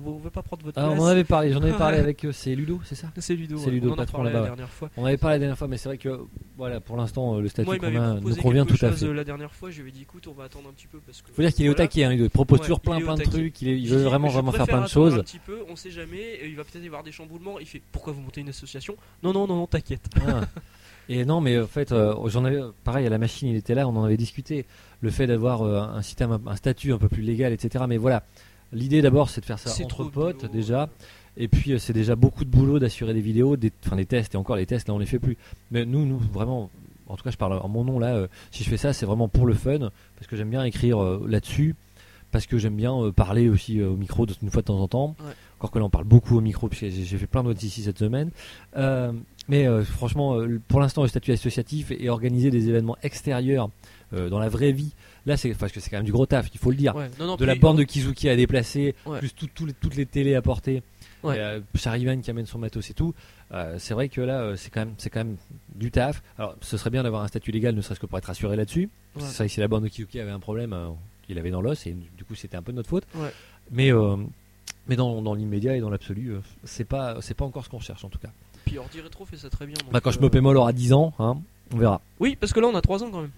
S1: on, on veut pas prendre votre
S2: Ah, on en
S1: place.
S2: avait parlé, j'en avais
S1: Ouais.
S2: parlé avec euh, c'est Ludo, c'est ça
S1: [laughs] C'est Ludo,
S2: C'est
S1: ouais,
S2: Ludo,
S1: on en a
S2: patron
S1: parlé la
S2: là-bas,
S1: dernière fois.
S2: On avait parlé la dernière fois, mais c'est vrai que voilà pour l'instant euh, le statut
S1: Moi il
S2: qu'on
S1: m'avait
S2: a nous
S1: proposé
S2: convient
S1: quelque
S2: tout à
S1: chose
S2: fait.
S1: euh, la dernière fois, je lui ai dit écoute, on va attendre un petit peu parce que
S2: Faut dire qu'il est
S1: voilà.
S2: au taquet, hein, il propose
S1: Ouais,
S2: toujours plein
S1: il est
S2: plein
S1: au
S2: de
S1: taquet.
S2: trucs, il, est- il
S1: Je
S2: veut
S1: dis,
S2: vraiment
S1: je
S2: vraiment faire
S1: préfère
S2: plein de
S1: attendre Un
S2: choses.
S1: petit peu, on sait jamais, et il va peut-être y avoir des chamboulements. Il fait pourquoi vous montez une association Non, non, non, non, t'inquiète.
S2: Ah. Et non, mais en fait, euh, j'en avais pareil à la machine, il était là, on en avait discuté. Le fait d'avoir euh, un système, un- un statut un peu plus légal, etc. Mais voilà, l'idée d'abord, c'est de faire ça
S1: C'est
S2: entre
S1: trop de
S2: potes
S1: boulot,
S2: déjà. Et puis euh, c'est déjà beaucoup de boulot d'assurer des vidéos, des, enfin des tests et encore les tests là on les fait plus. Mais nous, nous vraiment, en tout cas je parle en mon nom là. euh, si je fais ça, c'est vraiment pour le fun parce que j'aime bien écrire euh, là-dessus, parce que j'aime bien euh, parler aussi euh, au micro de- une fois de temps en temps.
S1: Ouais.
S2: Encore que là on parle beaucoup au micro puisque j'ai j'ai fait plein d'autres ici cette semaine. Euh, mais euh, franchement, euh, pour l'instant le statut associatif et organiser des événements extérieurs euh, dans la vraie vie, là c'est parce que c'est quand même du gros taf, il faut le dire
S1: Ouais, non, non,
S2: de
S1: puis-
S2: la bande de Kizuki à déplacer,
S1: Ouais.
S2: plus tout- tout les- toutes les télés à porter,
S1: Ouais.
S2: euh, Charivan qui amène son matos et tout. Euh, c'est vrai que là, euh, c'est quand, même- c'est quand même du taf. Alors, ce serait bien d'avoir un statut légal, ne serait-ce que pour être assuré là-dessus.
S1: Ouais.
S2: C'est vrai que si la bande de Kizuki avait un problème, euh, il avait dans l'os, et du coup, c'était un peu de notre faute.
S1: Ouais.
S2: Mais, euh, mais dans, dans l'immédiat et dans l'absolu, euh, c'est pas, c'est pas encore ce qu'on cherche en tout cas.
S1: Puis Ordi Rétro fait ça très bien. donc,
S2: Bah, quand je
S1: euh,
S2: me pémol aura 10 ans, hein, on verra.
S1: Oui, parce que là on a 3 ans quand même.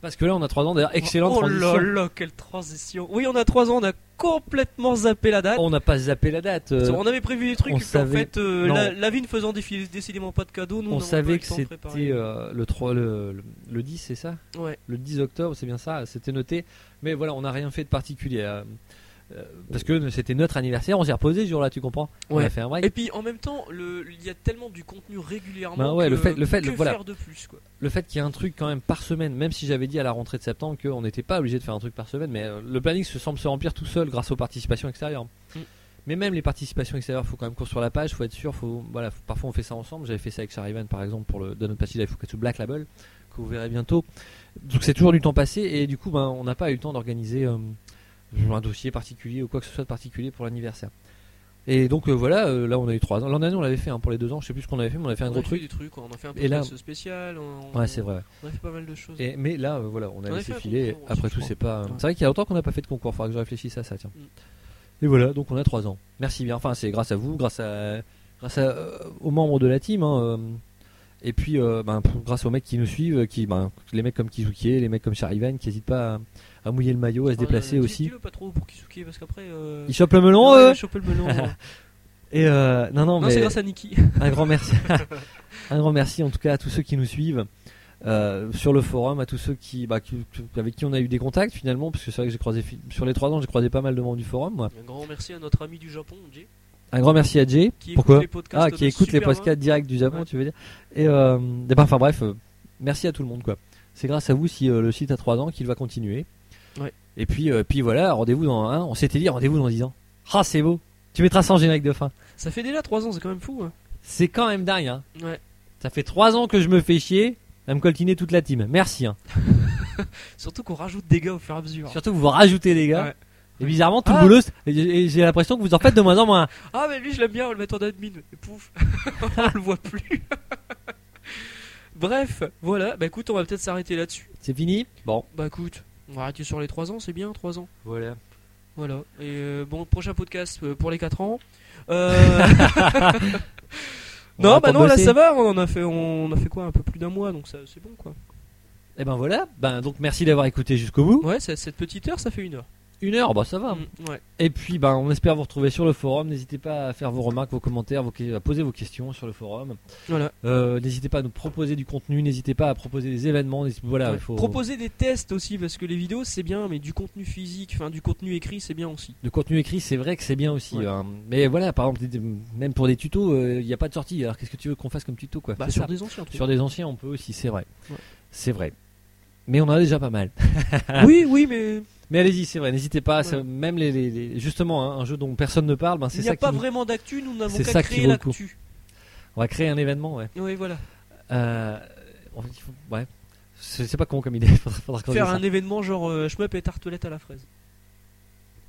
S2: Parce que là, on a 3 ans, d'ailleurs, excellente
S1: Oh
S2: transition.
S1: là là, quelle transition Oui, on a 3 ans, on a complètement zappé la date.
S2: On n'a pas zappé la date. euh,
S1: on avait prévu des trucs,
S2: on
S1: et puis en
S2: savait-
S1: fait, euh,
S2: Non.
S1: la, la vie ne faisant défi- décidément pas de cadeaux, nous
S2: on
S1: n'avons pas eu
S2: savait
S1: le
S2: que
S1: temps de
S2: c'était
S1: préparer.
S2: euh, le, 3, le, le, le 10, c'est ça
S1: Ouais.
S2: Le 10 octobre, c'est bien ça, c'était noté. Mais voilà, on n'a rien fait de particulier. euh, euh, parce que c'était notre anniversaire, on s'est reposé ce jour-là, tu comprends On
S1: Ouais.
S2: a fait un break.
S1: Et puis en même temps, le- il y a tellement du contenu régulièrement.
S2: Bah ouais,
S1: que,
S2: le fait- le fait-
S1: que
S2: voilà.
S1: faire de plus quoi.
S2: Le fait qu'il y ait un truc quand même par semaine, même si j'avais dit à la rentrée de septembre qu'on n'était pas obligé de faire un truc par semaine, mais euh, le planning se semble se remplir tout seul grâce aux participations extérieures.
S1: Mm.
S2: Mais même les participations extérieures, faut quand même courir sur la page, faut être sûr, faut, voilà, faut- parfois on fait ça ensemble. J'avais fait ça avec Sharivan par exemple pour le Donut Passage avec Fukatsu Black Label, que vous verrez bientôt. Donc c'est toujours du temps passé et du coup ben, on n'a pas eu le temps d'organiser euh, un dossier particulier ou quoi que ce soit de particulier pour l'anniversaire. Et donc euh, voilà, euh, là on a eu trois ans. L'an dernier on l'avait fait hein, pour les deux ans, je sais plus ce qu'on avait fait, mais on avait fait un
S1: on
S2: gros
S1: a fait
S2: truc.
S1: des trucs, quoi. on a fait un
S2: Et là-
S1: podcast spécial. On,
S2: Ouais, c'est vrai. ouais.
S1: On a fait pas mal de choses.
S2: Et- mais là, euh, voilà, on a
S1: On a
S2: laissé
S1: fait un
S2: filer.
S1: concours aussi,
S2: Après
S1: je
S2: tout,
S1: crois.
S2: c'est pas.
S1: Ouais.
S2: C'est vrai qu'il y a longtemps qu'on n'a pas fait de concours. Faudra que je réfléchisse à ça, tiens. Et voilà, donc on a 3 ans. Merci bien. Enfin, c'est grâce à vous, grâce à, grâce à, euh, aux membres de la team, hein, euh, et puis euh, ben, pour- grâce aux mecs qui nous suivent, euh, qui, ben, les mecs comme Kizuki, les mecs comme Charivan, qui n'hésitent pas à, à mouiller le maillot, à se
S1: Ah,
S2: déplacer
S1: dis-
S2: aussi.
S1: Dis-le pas trop pour Kisuke parce qu'après. euh,
S2: Ils chopent le melon,
S1: ouais,
S2: eux.
S1: choper le
S2: [laughs]
S1: melon. hein.
S2: Et euh, non, non,
S1: non,
S2: mais
S1: c'est grâce à Niki.
S2: un grand merci, [laughs] un grand merci en tout cas à tous ceux qui nous suivent euh, sur le forum, à tous ceux qui, bah, qui- qui- avec qui on a eu des contacts finalement, parce que c'est vrai que j'ai croisé fi- sur les trois ans, j'ai croisé pas mal de membres du forum. Moi.
S1: Un grand merci à notre ami du Japon, Jay,
S2: Un grand merci à Jay.
S1: qui
S2: Pourquoi
S1: écoute les podcasts.
S2: Ah, qui
S1: de
S2: écoute les
S1: Superman.
S2: podcasts directs du Japon,
S1: Ouais.
S2: tu veux dire Et euh, et ben, enfin bref, euh, merci à tout le monde quoi. C'est grâce à vous si euh, le site a 3 ans qu'il va continuer.
S1: Ouais.
S2: Et puis, euh, puis voilà, rendez-vous dans hein, on s'était dit rendez-vous dans 10 ans. Ah, c'est beau. Tu mettras ça en générique de fin.
S1: Ça fait déjà 3 ans, c'est quand même fou. hein.
S2: C'est quand même dingue. Hein.
S1: Ouais.
S2: Ça fait 3 ans que je me fais chier à me coltiner toute la team. Merci. Hein.
S1: Surtout qu'on rajoute des gars au fur et à mesure.
S2: Surtout que vous rajoutez les gars.
S1: Ouais.
S2: Et bizarrement, tout
S1: Ah.
S2: le boulot, c'est- et- et j'ai l'impression que vous en faites de moins en moins.
S1: Ah, mais lui, je l'aime bien, on le met en admin. Et pouf, [laughs] on le voit plus. [laughs] Bref, voilà. Bah écoute, on va peut-être s'arrêter là-dessus.
S2: C'est fini Bon.
S1: Bah écoute, on va arrêter sur les 3 ans, c'est bien 3 ans.
S2: Voilà.
S1: Voilà. Et euh, bon, prochain podcast euh, pour les 4 ans. Euh.
S2: [laughs] On
S1: Non,
S2: va
S1: bah
S2: pas
S1: non, là
S2: bosser.
S1: ça va, on en a fait, on a fait quoi, un peu plus d'un mois, donc ça c'est bon quoi.
S2: Eh Et ben voilà. Ben donc merci d'avoir écouté jusqu'au bout.
S1: Ouais, ça- cette petite heure, ça fait une heure.
S2: Une heure, bah ça va.
S1: Mm, ouais.
S2: Et puis, ben, on espère vous retrouver sur le forum. N'hésitez pas à faire vos remarques, vos commentaires, vos que- à poser vos questions sur le forum.
S1: Voilà.
S2: Euh, n'hésitez pas à nous proposer du contenu. N'hésitez pas à proposer des événements. n'hésitez- Voilà,
S1: Ouais.
S2: Ah, il faut
S1: Proposer des tests aussi parce que les vidéos c'est bien, mais du contenu physique, enfin du contenu écrit c'est bien aussi.
S2: le contenu écrit, c'est vrai que c'est bien aussi.
S1: Ouais.
S2: hein. Mais voilà, par exemple, des- des- même pour des tutos, euh, il n'y a pas de sortie. Alors, qu'est-ce que tu veux qu'on fasse comme tuto, quoi
S1: Bah,
S2: C'est
S1: sur
S2: ça.
S1: des anciens trucs.
S2: Sur des anciens, on peut aussi. C'est vrai.
S1: Ouais.
S2: C'est vrai. Mais on en a déjà pas mal. [laughs]
S1: Oui, oui, mais
S2: Mais allez-y, c'est vrai. N'hésitez pas. c'est-
S1: Ouais.
S2: Même les, les- les- justement, hein, un jeu dont personne ne parle, ben,
S1: il
S2: c'est
S1: n'y a
S2: ça.
S1: pas
S2: qui nous-
S1: vraiment d'actu, nous n'avons
S2: c'est
S1: qu'à
S2: ça qui
S1: créer
S2: vaut le coup.
S1: l'actu.
S2: On va créer un événement, ouais.
S1: Oui, voilà.
S2: Euh, on- il faut- ouais. C'est c'est pas con comme idée. [laughs] Faudra, faudra creuser
S1: Faire
S2: ça.
S1: un événement genre euh, shmup et tartelette à la fraise.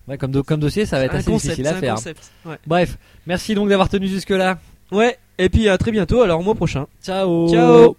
S2: Ouais, comme, do- comme dossier, ça va être
S1: un
S2: assez
S1: concept,
S2: difficile à
S1: c'est un
S2: faire.
S1: concept. Ouais.
S2: Bref, merci donc d'avoir tenu jusque-là.
S1: ouais, et puis à très bientôt, alors au mois prochain.
S2: Ciao.
S1: Ciao.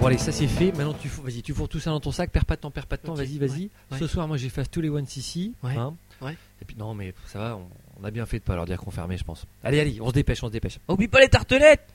S2: Bon allez, ça c'est fait. Maintenant tu fous, vas-y, tu fourres tout ça dans ton sac. Perds pas de temps, perds pas de temps.
S1: Ok,
S2: Vas-y, vas-y.
S1: ouais,
S2: Ce
S1: ouais.
S2: soir, moi j'efface tous les ones ici.
S1: Ouais,
S2: hein.
S1: ouais.
S2: Et puis non, mais ça va. On, on a bien fait de pas leur dire qu'on fermait, je pense. Allez, allez, on se dépêche, on se dépêche.
S1: Oublie pas les tartelettes